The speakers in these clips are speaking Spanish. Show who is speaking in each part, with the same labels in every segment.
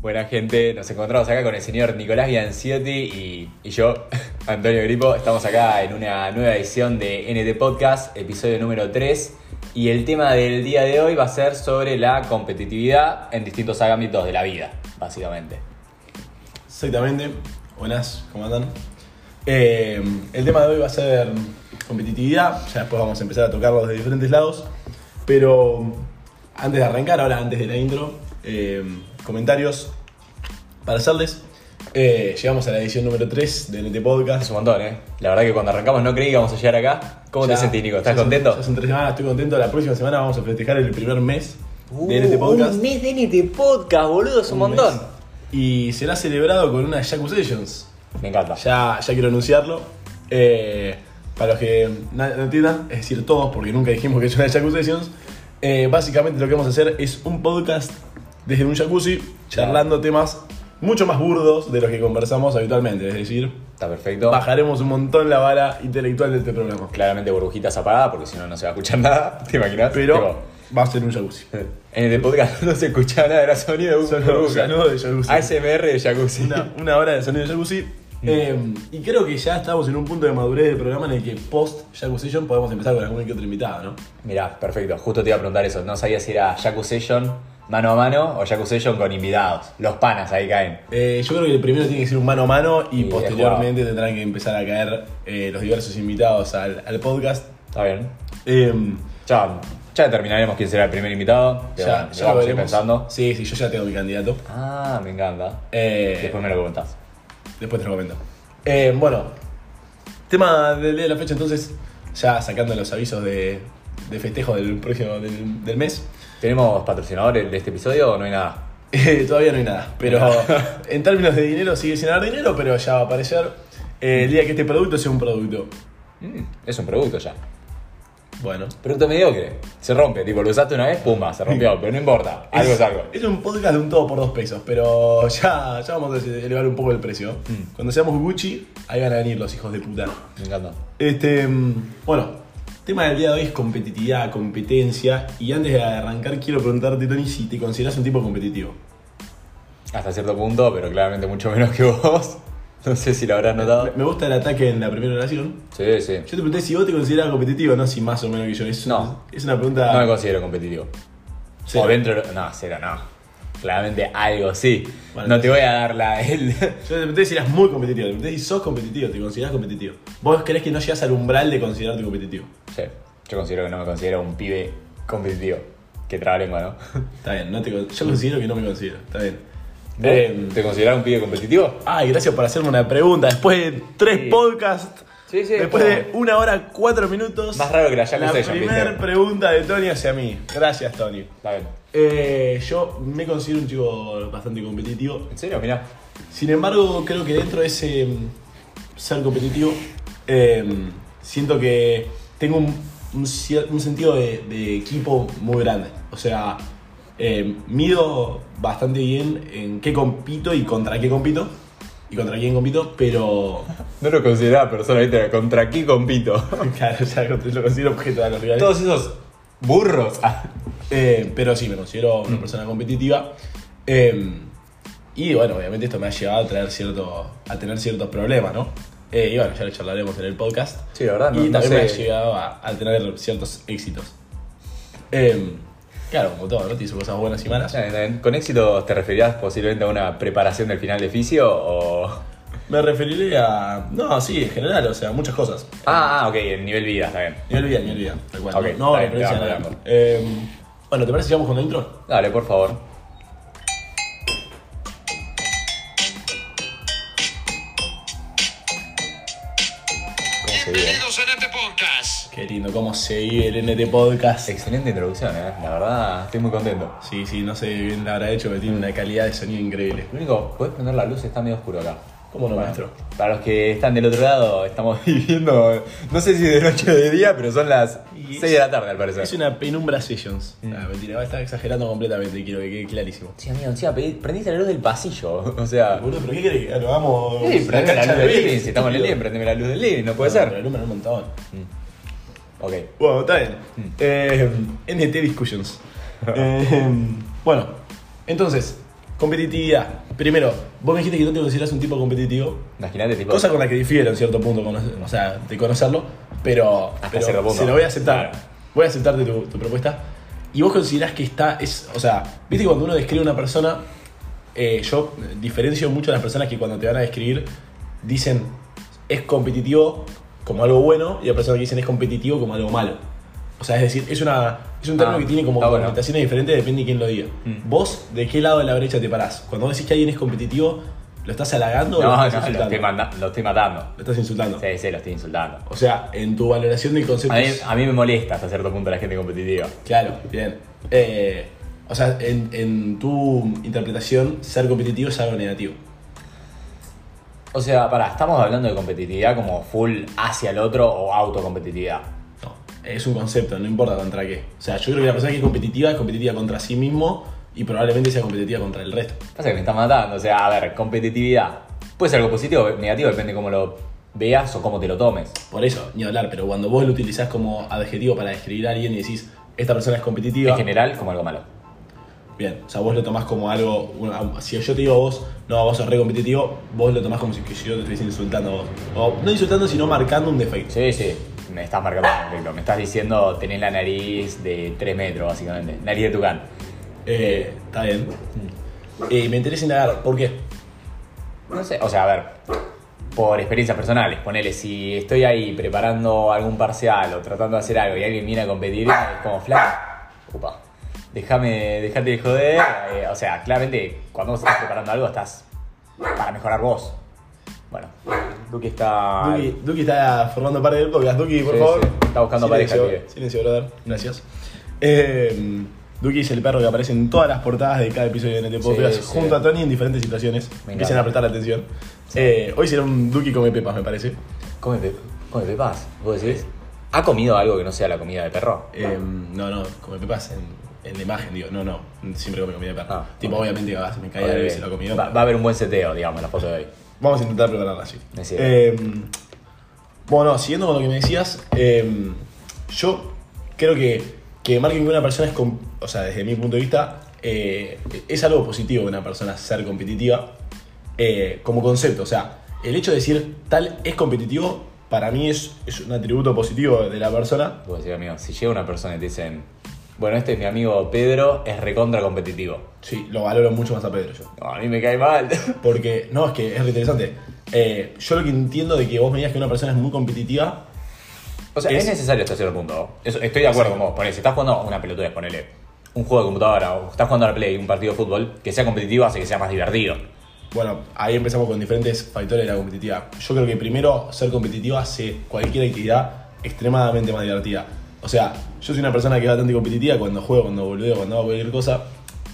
Speaker 1: Buena gente, nos encontramos acá con el señor Nicolás Bianciotti y, y yo, Antonio Gripo. Estamos acá en una nueva edición de NT Podcast, episodio número 3. Y el tema del día de hoy va a ser sobre la competitividad en distintos ámbitos de la vida, básicamente.
Speaker 2: Exactamente. Buenas, ¿cómo andan? Eh, el tema de hoy va a ser competitividad, ya después vamos a empezar a tocarlo desde diferentes lados, pero antes de arrancar, ahora antes de la intro, eh, comentarios para hacerles. Eh, llegamos a la edición número 3 de NT Podcast.
Speaker 1: Es un montón, ¿eh? La verdad que cuando arrancamos no creí que íbamos a llegar acá. ¿Cómo
Speaker 2: Ya-
Speaker 1: te sentís, Nico? ¿Estás
Speaker 2: ya son-
Speaker 1: contento?
Speaker 2: ya son tres semanas, estoy contento. La próxima semana vamos a festejar el primer mes de NT
Speaker 1: Uh,
Speaker 2: Podcast.
Speaker 1: Un mes de NT Podcast, boludo, es un,
Speaker 2: Un mes.
Speaker 1: montón.
Speaker 2: Y será celebrado con una Yaku Sessions.
Speaker 1: Me encanta.
Speaker 2: Ya, ya quiero anunciarlo. Eh, para los que no no entiendan, es decir, todos, porque nunca dijimos que es una Jacuzzi Sessions, eh, básicamente lo que vamos a hacer es un podcast desde un jacuzzi, charlando temas mucho más burdos de los que conversamos habitualmente. Es decir,
Speaker 1: Está perfecto.
Speaker 2: bajaremos un montón la vara intelectual de este programa.
Speaker 1: Claramente burbujitas apagadas porque si no, no se va a escuchar nada. ¿Te imaginas?
Speaker 2: Pero va a ser un jacuzzi.
Speaker 1: Tipo, en el podcast no se escuchaba nada, era sonido de un
Speaker 2: Solo
Speaker 1: burbuja.
Speaker 2: sonido de jacuzzi.
Speaker 1: ASMR de jacuzzi.
Speaker 2: Una, una hora de sonido de jacuzzi. Eh, y creo que ya estamos en un punto de madurez del programa en el que post jacuzzi podemos empezar con algún que otro invitado, ¿no?
Speaker 1: Mirá, perfecto. Justo te iba a preguntar eso. No sabía si era Jacuzation mano a mano o Jacuzation con invitados. Los panas ahí caen.
Speaker 2: Eh, yo creo que el primero tiene que ser un mano a mano y
Speaker 1: Y
Speaker 2: posteriormente tendrán que empezar a caer eh, los diversos invitados al, al podcast.
Speaker 1: Está bien.
Speaker 2: Em,
Speaker 1: Ya, ya determinaremos quién será el primer invitado. Pero
Speaker 2: ya,
Speaker 1: bueno, lo
Speaker 2: ya
Speaker 1: vamos
Speaker 2: lo
Speaker 1: a ir
Speaker 2: veremos.
Speaker 1: pensando.
Speaker 2: Sí, sí, yo ya tengo mi candidato.
Speaker 1: Ah, me encanta.
Speaker 2: Eh,
Speaker 1: Después me lo comentás.
Speaker 2: Después te lo comento. Eh, bueno, tema del día de la fecha entonces, ya sacando los avisos de, de festejo del próximo del, del mes.
Speaker 1: ¿Tenemos patrocinadores de este episodio o no hay nada?
Speaker 2: Eh, todavía no hay nada, pero en términos de dinero sigue sin haber dinero, pero ya va a aparecer eh, el día que este producto sea un producto.
Speaker 1: Mm, es un producto ya.
Speaker 2: Bueno.
Speaker 1: Producto mediocre. Se rompe. Tipo, lo usaste una vez, pumba, se rompió. pero no importa. Algo es, algo.
Speaker 2: Es un podcast de un todo por dos pesos, pero ya, ya vamos a elevar un poco el precio.
Speaker 1: Mm.
Speaker 2: Cuando seamos Gucci, ahí van a venir los hijos de puta.
Speaker 1: Me encanta.
Speaker 2: Este, mm, bueno, tema del día de hoy es competitividad, competencia. Y antes de arrancar, quiero preguntarte, Tony, si te consideras un tipo competitivo.
Speaker 1: Hasta cierto punto, pero claramente mucho menos que vos. No sé si lo habrás notado.
Speaker 2: Me- Me gusta el ataque en la primera oración.
Speaker 1: Sí, sí.
Speaker 2: Yo te pregunté si vos te consideras competitivo, no si más o menos que yo. Es,
Speaker 1: No.
Speaker 2: es una pregunta.
Speaker 1: No me considero competitivo.
Speaker 2: cero.
Speaker 1: O dentro. de lo- No, cero, no. Claramente algo, sí.
Speaker 2: Bueno,
Speaker 1: no te voy a dar la. el-
Speaker 2: Yo te pregunté si eras muy competitivo, te pregunté si sos competitivo, te consideras competitivo. ¿Vos crees que no llegas al umbral de considerarte competitivo?
Speaker 1: Sí, yo considero que no me considero un pibe competitivo. Que trabalengua, ¿no?
Speaker 2: Está bien, no te con- yo considero que no me considero, está bien.
Speaker 1: ¿Vos
Speaker 2: Eh,
Speaker 1: ¿Te consideras un pibe competitivo?
Speaker 2: ay, gracias por hacerme una pregunta. Después de tres
Speaker 1: Sí.
Speaker 2: podcasts,
Speaker 1: Sí, sí,
Speaker 2: después
Speaker 1: bueno.
Speaker 2: de una hora cuatro minutos.
Speaker 1: Más raro que la Yakuza
Speaker 2: La
Speaker 1: Session,
Speaker 2: primera
Speaker 1: ¿viste?
Speaker 2: pregunta de Tony hacia mí. Gracias, Tony.
Speaker 1: Está bien.
Speaker 2: Eh, yo me considero un chico bastante competitivo.
Speaker 1: ¿En serio? Mirá.
Speaker 2: Sin embargo, creo que dentro de ese mm, ser competitivo, eh, siento que tengo un, un cier- un sentido de, de equipo muy grande. O sea, eh, mido bastante bien en qué compito y contra qué compito. Y contra quién compito, pero.
Speaker 1: No lo consideraba persona, ¿viste? ¿Contra qué compito?
Speaker 2: Claro, ya lo considero objeto de los rivales.
Speaker 1: Todos esos burros. Ah,
Speaker 2: Eh, pero sí, me considero
Speaker 1: Mm.
Speaker 2: una persona competitiva. Eh, y bueno, obviamente esto me ha llevado a, traer cierto, a tener ciertos problemas, ¿no? Eh, y bueno, ya lo charlaremos en el podcast.
Speaker 1: Sí, la verdad, no-
Speaker 2: Y
Speaker 1: no
Speaker 2: también me ha
Speaker 1: sé.
Speaker 2: llegado a, a tener ciertos éxitos. Eh, claro, como todo, ¿no? Te hizo cosas buenas y malas.
Speaker 1: está bien, está bien. ¿Con éxito te referirás posiblemente a una preparación del final de fisio o.?
Speaker 2: Me referiré a. No, sí, en general, o sea, muchas cosas.
Speaker 1: Ah, ah, ok, el nivel vida, está bien.
Speaker 2: Ni olvida, ni olvida. Tal cual.
Speaker 1: Ok,
Speaker 2: no,
Speaker 1: está bien,
Speaker 2: no, referencia
Speaker 1: te banco,
Speaker 2: a nada.
Speaker 1: te banco.
Speaker 2: Eh, bueno, ¿te parece si vamos con la intro?
Speaker 1: Dale, por favor. ¿Cómo se vive?
Speaker 3: Bienvenidos a este podcast.
Speaker 2: Qué lindo, cómo se vive el NT Podcast.
Speaker 1: Excelente introducción, eh. La verdad, estoy muy contento.
Speaker 2: Sí, sí, no sé bien la habrá hecho, pero tiene una calidad de sonido increíble.
Speaker 1: Lo único, podés prender la luz, está medio oscuro acá.
Speaker 2: ¿Cómo no, maestro?
Speaker 1: Para los que están del otro lado, estamos viviendo, no sé si de noche o de día, pero son las
Speaker 2: Y
Speaker 1: 6
Speaker 2: es-
Speaker 1: de la tarde al parecer.
Speaker 2: Es una penumbra sessions. Ah, mentira, va a estar exagerando completamente, quiero que quede clarísimo.
Speaker 1: Sí, amigo, encima pedí- prendiste la luz del pasillo. O sea.
Speaker 2: Ah, Boludo, ¿pero qué crees? Lo vamos.
Speaker 1: Sí, prendeme la luz del living. Si estamos en el living,
Speaker 2: libro.
Speaker 1: prendeme la luz del living, no puede
Speaker 2: Ah,
Speaker 1: ser.
Speaker 2: un montón.
Speaker 1: Ok.
Speaker 2: Bueno, está bien.
Speaker 1: Mm.
Speaker 2: Eh, NT Discussions. Eh, bueno, entonces, Competitividad. Primero, vos me dijiste que no te consideras un tipo competitivo.
Speaker 1: Imagínate, tipo.
Speaker 2: Cosa con la que difiero en cierto punto, con- o sea, de conocerlo, pero,
Speaker 1: Hasta
Speaker 2: pero
Speaker 1: cierto punto.
Speaker 2: se lo voy a aceptar.
Speaker 1: Claro.
Speaker 2: Voy a aceptarte tu, tu propuesta. Y vos considerás que está, es, o sea, viste que cuando uno describe a una persona, eh, yo diferencio mucho a las personas que cuando te van a describir dicen es competitivo como algo bueno y a personas que dicen es competitivo como algo malo. O sea, es decir, es, una, es un término
Speaker 1: Ah,
Speaker 2: que tiene como
Speaker 1: está bueno.
Speaker 2: connotaciones diferentes, depende de quién lo diga.
Speaker 1: Mm.
Speaker 2: Vos, ¿de qué lado de la brecha te parás? Cuando vos decís que alguien es competitivo, ¿lo estás halagando o
Speaker 1: No,
Speaker 2: lo
Speaker 1: no,
Speaker 2: estás
Speaker 1: lo
Speaker 2: insultando?
Speaker 1: estoy, manda- lo estoy matando.
Speaker 2: Lo estás insultando.
Speaker 1: Sí, sí, lo estoy insultando.
Speaker 2: O sea, en tu valoración del concepto.
Speaker 1: A mí,
Speaker 2: es-
Speaker 1: a mí me molesta hasta cierto punto la gente competitiva.
Speaker 2: Claro, bien. Eh, o sea, en, en tu interpretación, ser competitivo es algo negativo.
Speaker 1: O sea, pará, estamos hablando de competitividad como full hacia el otro o autocompetitividad.
Speaker 2: No. Es un concepto, no importa contra qué. O sea, yo creo que la persona que es competitiva es competitiva contra sí mismo y probablemente sea competitiva contra el resto.
Speaker 1: Pasa que me estás matando, o sea, a ver, competitividad. Puede ser algo positivo o negativo, depende cómo lo veas o cómo te lo tomes.
Speaker 2: Por eso, ni hablar, pero cuando vos lo utilizás como adjetivo para describir a alguien y decís, esta persona es competitiva,
Speaker 1: En general, como algo malo.
Speaker 2: bien, o sea, vos lo tomás como algo. una- si yo te digo a vos, no, vos sos re competitivo, vos lo tomás como si que yo te estuviese insultando a vos. O no insultando, sino marcando un defecto.
Speaker 1: Sí, sí, me estás marcando un conflicto. Me estás diciendo tenés la nariz de 3 metros, básicamente. Nariz de tucán.
Speaker 2: Eh, está bien.
Speaker 1: Mm.
Speaker 2: Eh, me interesa indagar, ¿por qué?
Speaker 1: No sé, o sea, a ver, por experiencias personales, ponele, si estoy ahí preparando algún parcial o tratando de hacer algo y alguien viene a competir, es como flaco. Upa. Déjame, déjate de joder. eh, o sea, claramente, cuando vos estás preparando algo, estás para mejorar vos. Bueno, Duque está.
Speaker 2: Duki, Duki está formando parte del podcast. Duki, por
Speaker 1: Sí,
Speaker 2: favor.
Speaker 1: sí, está buscando
Speaker 2: Silencio,
Speaker 1: pareja, pibe.
Speaker 2: Silencio, brother. Gracias. Eh, Duki es el perro que aparece en todas las portadas de cada episodio de NT Podcast
Speaker 1: Sí, sí.
Speaker 2: junto a Tony en diferentes situaciones.
Speaker 1: Me
Speaker 2: Empiecen a
Speaker 1: encanta.
Speaker 2: prestar atención. Eh, hoy será un Duki come pepas, me parece.
Speaker 1: Come, pe- come pepas, vos decís. ¿Ha comido algo que no sea la comida de perro?
Speaker 2: Eh, no, no, come pepas en, en la imagen, digo. No, no, siempre come comida de perro.
Speaker 1: Ah,
Speaker 2: tipo,
Speaker 1: ok.
Speaker 2: obviamente, ah, se me cae
Speaker 1: Oye,
Speaker 2: algo y se lo ha comido.
Speaker 1: eh, va, va a haber un buen seteo, digamos, en la foto de hoy.
Speaker 2: Vamos a intentar prepararla así.
Speaker 1: Me sirve.
Speaker 2: Eh, bueno, siguiendo con lo que me decías, eh, yo creo que, que marquen que una persona es, com- o sea, desde mi punto de vista, eh, es algo positivo que una persona ser competitiva eh, como concepto. O sea, el hecho de decir tal es competitivo, para mí es, es un atributo positivo de la persona.
Speaker 1: Vos decís, amigo, si llega una persona y te dicen, bueno, este es mi amigo Pedro, es recontra competitivo.
Speaker 2: Sí, lo valoro mucho más a Pedro yo.
Speaker 1: No, a mí me cae mal.
Speaker 2: Porque, no, es que es re interesante. Eh, yo lo que entiendo de que vos me digas que una persona es muy competitiva
Speaker 1: O sea, es, necesario hasta cierto punto. Eso- estoy de acuerdo con vos. Ponele, si estás jugando una pelotudez, ponele un juego de computadora o estás jugando a la Play, un partido de fútbol, que sea competitivo hace que sea más divertido.
Speaker 2: Bueno, ahí empezamos con diferentes factores de la competitividad. Yo creo que primero ser competitivo hace cualquier actividad extremadamente más divertida. O sea, yo soy una persona que es bastante competitiva cuando juego, cuando boludeo, cuando hago cualquier cosa.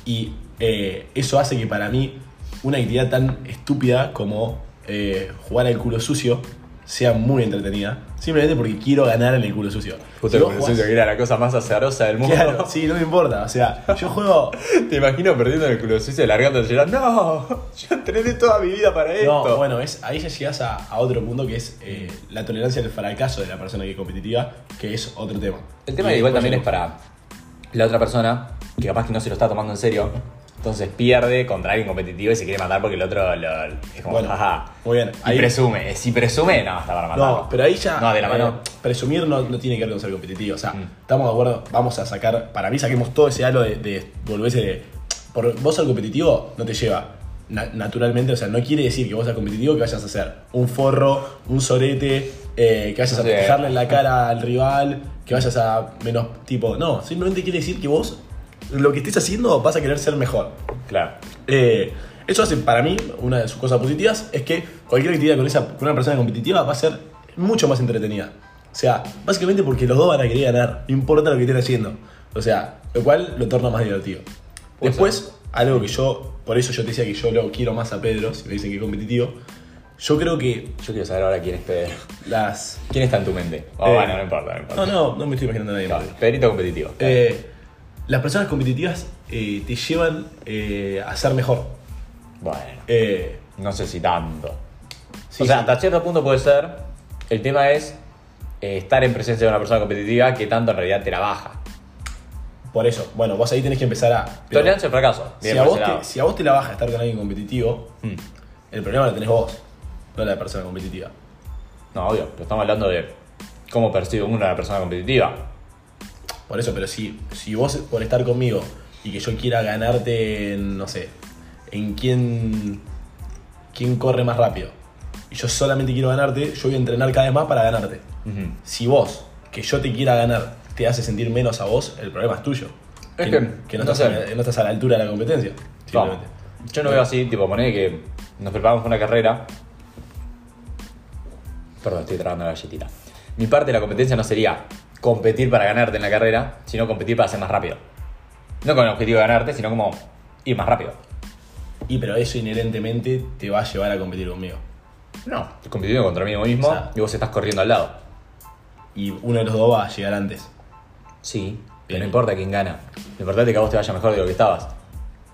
Speaker 2: Y eh, eso hace que para mí una actividad tan estúpida como eh, jugar al culo sucio sea muy entretenida. Simplemente porque quiero ganar en el culo sucio. Si vos jugás-
Speaker 1: que era la cosa más azarosa del
Speaker 2: Claro, sí, no me importa. O sea, yo juego
Speaker 1: Te imagino perdiendo en el culo sucio, largando el No, yo entrené toda mi vida para
Speaker 2: No, bueno, es, ahí ya llegas a, a otro punto que es eh, la tolerancia al fracaso de la persona que es competitiva, que es otro tema.
Speaker 1: El tema
Speaker 2: Y
Speaker 1: igual
Speaker 2: después
Speaker 1: también es
Speaker 2: llegamos-
Speaker 1: para la otra persona, que capaz que no se lo está tomando en serio, entonces pierde contra alguien competitivo y se quiere matar porque el otro lo- es como,
Speaker 2: Bueno,
Speaker 1: jaja.
Speaker 2: muy bien.
Speaker 1: Y presume, si presume, no, está para matarlo.
Speaker 2: No, pero ahí ya.
Speaker 1: No, de la mano.
Speaker 2: eh, presumir no, no tiene que ver con ser competitivo. O sea,
Speaker 1: Mm.
Speaker 2: estamos de acuerdo, vamos a sacar. Para mí, saquemos todo ese halo de, de volverse de. Por vos ser competitivo no te lleva. na- naturalmente, o sea, no quiere decir que vos seas competitivo que vayas a hacer un forro, un sorete, eh, que vayas a
Speaker 1: Sí.
Speaker 2: dejarle en la cara al rival, que vayas a menos tipo. No, simplemente quiere decir que vos lo que estés haciendo vas a querer ser mejor.
Speaker 1: Claro.
Speaker 2: Eh, eso hace para mí, una de sus cosas positivas, es que cualquier actividad con, esa, con una persona competitiva va a ser mucho más entretenida. O sea, básicamente porque los dos van a querer ganar, no importa lo que estén haciendo. O sea, lo cual lo torna más divertido.
Speaker 1: Puede
Speaker 2: Después, algo que yo, por eso yo te decía que yo lo quiero más a Pedro, si me dicen que es competitivo, yo creo que
Speaker 1: Yo quiero saber ahora quién es Pedro.
Speaker 2: las...
Speaker 1: ¿Quién está en tu mente? Oh,
Speaker 2: Eh,
Speaker 1: bueno, no importa, no importa.
Speaker 2: No, no, no me estoy imaginando a nadie. más.
Speaker 1: Claro, Pedrito competitivo.
Speaker 2: Eh, las personas competitivas eh, te llevan eh, a ser mejor.
Speaker 1: Bueno,
Speaker 2: Eh,
Speaker 1: no sé si tanto.
Speaker 2: sí,
Speaker 1: o sea,
Speaker 2: sí.
Speaker 1: hasta cierto punto puede ser. El tema es eh, estar en presencia de una persona competitiva que tanto en realidad te la baja.
Speaker 2: Por eso, bueno, vos ahí tenés que empezar a. pero
Speaker 1: Tolerancia al fracaso. Bien,
Speaker 2: si, a
Speaker 1: por
Speaker 2: vos
Speaker 1: ese lado.
Speaker 2: te, si a vos te la baja estar con alguien competitivo,
Speaker 1: Hmm.
Speaker 2: el problema lo tenés vos, no la persona competitiva.
Speaker 1: No, obvio, pero estamos hablando de cómo percibe uno a la persona competitiva.
Speaker 2: Por eso, pero si, si vos por estar conmigo y que yo quiera ganarte en, no sé, en quién, quién corre más rápido, y yo solamente quiero ganarte, yo voy a entrenar cada vez más para ganarte.
Speaker 1: Ujú.
Speaker 2: Si vos, que yo te quiera ganar, te hace sentir menos a vos, el problema es tuyo.
Speaker 1: Es
Speaker 2: que,
Speaker 1: que-
Speaker 2: que no,
Speaker 1: no
Speaker 2: estás
Speaker 1: sé.
Speaker 2: a, no estás a la altura de la competencia. Simplemente.
Speaker 1: No, yo no veo así, tipo, poné que nos preparamos para una carrera. Perdón, estoy tragando la galletita. Mi parte de la competencia no sería competir para ganarte en la carrera, sino competir para ser más rápido. No con el objetivo de ganarte, sino como ir más rápido.
Speaker 2: Y pero eso inherentemente te va a llevar a competir conmigo.
Speaker 1: No, estoy compitiendo contra mí mismo
Speaker 2: O sea-
Speaker 1: y vos estás corriendo al lado.
Speaker 2: Y uno de los dos va a llegar antes.
Speaker 1: Sí, pero
Speaker 2: Bien.
Speaker 1: no importa quién gana. Lo importante es que a vos te vaya mejor de lo que estabas.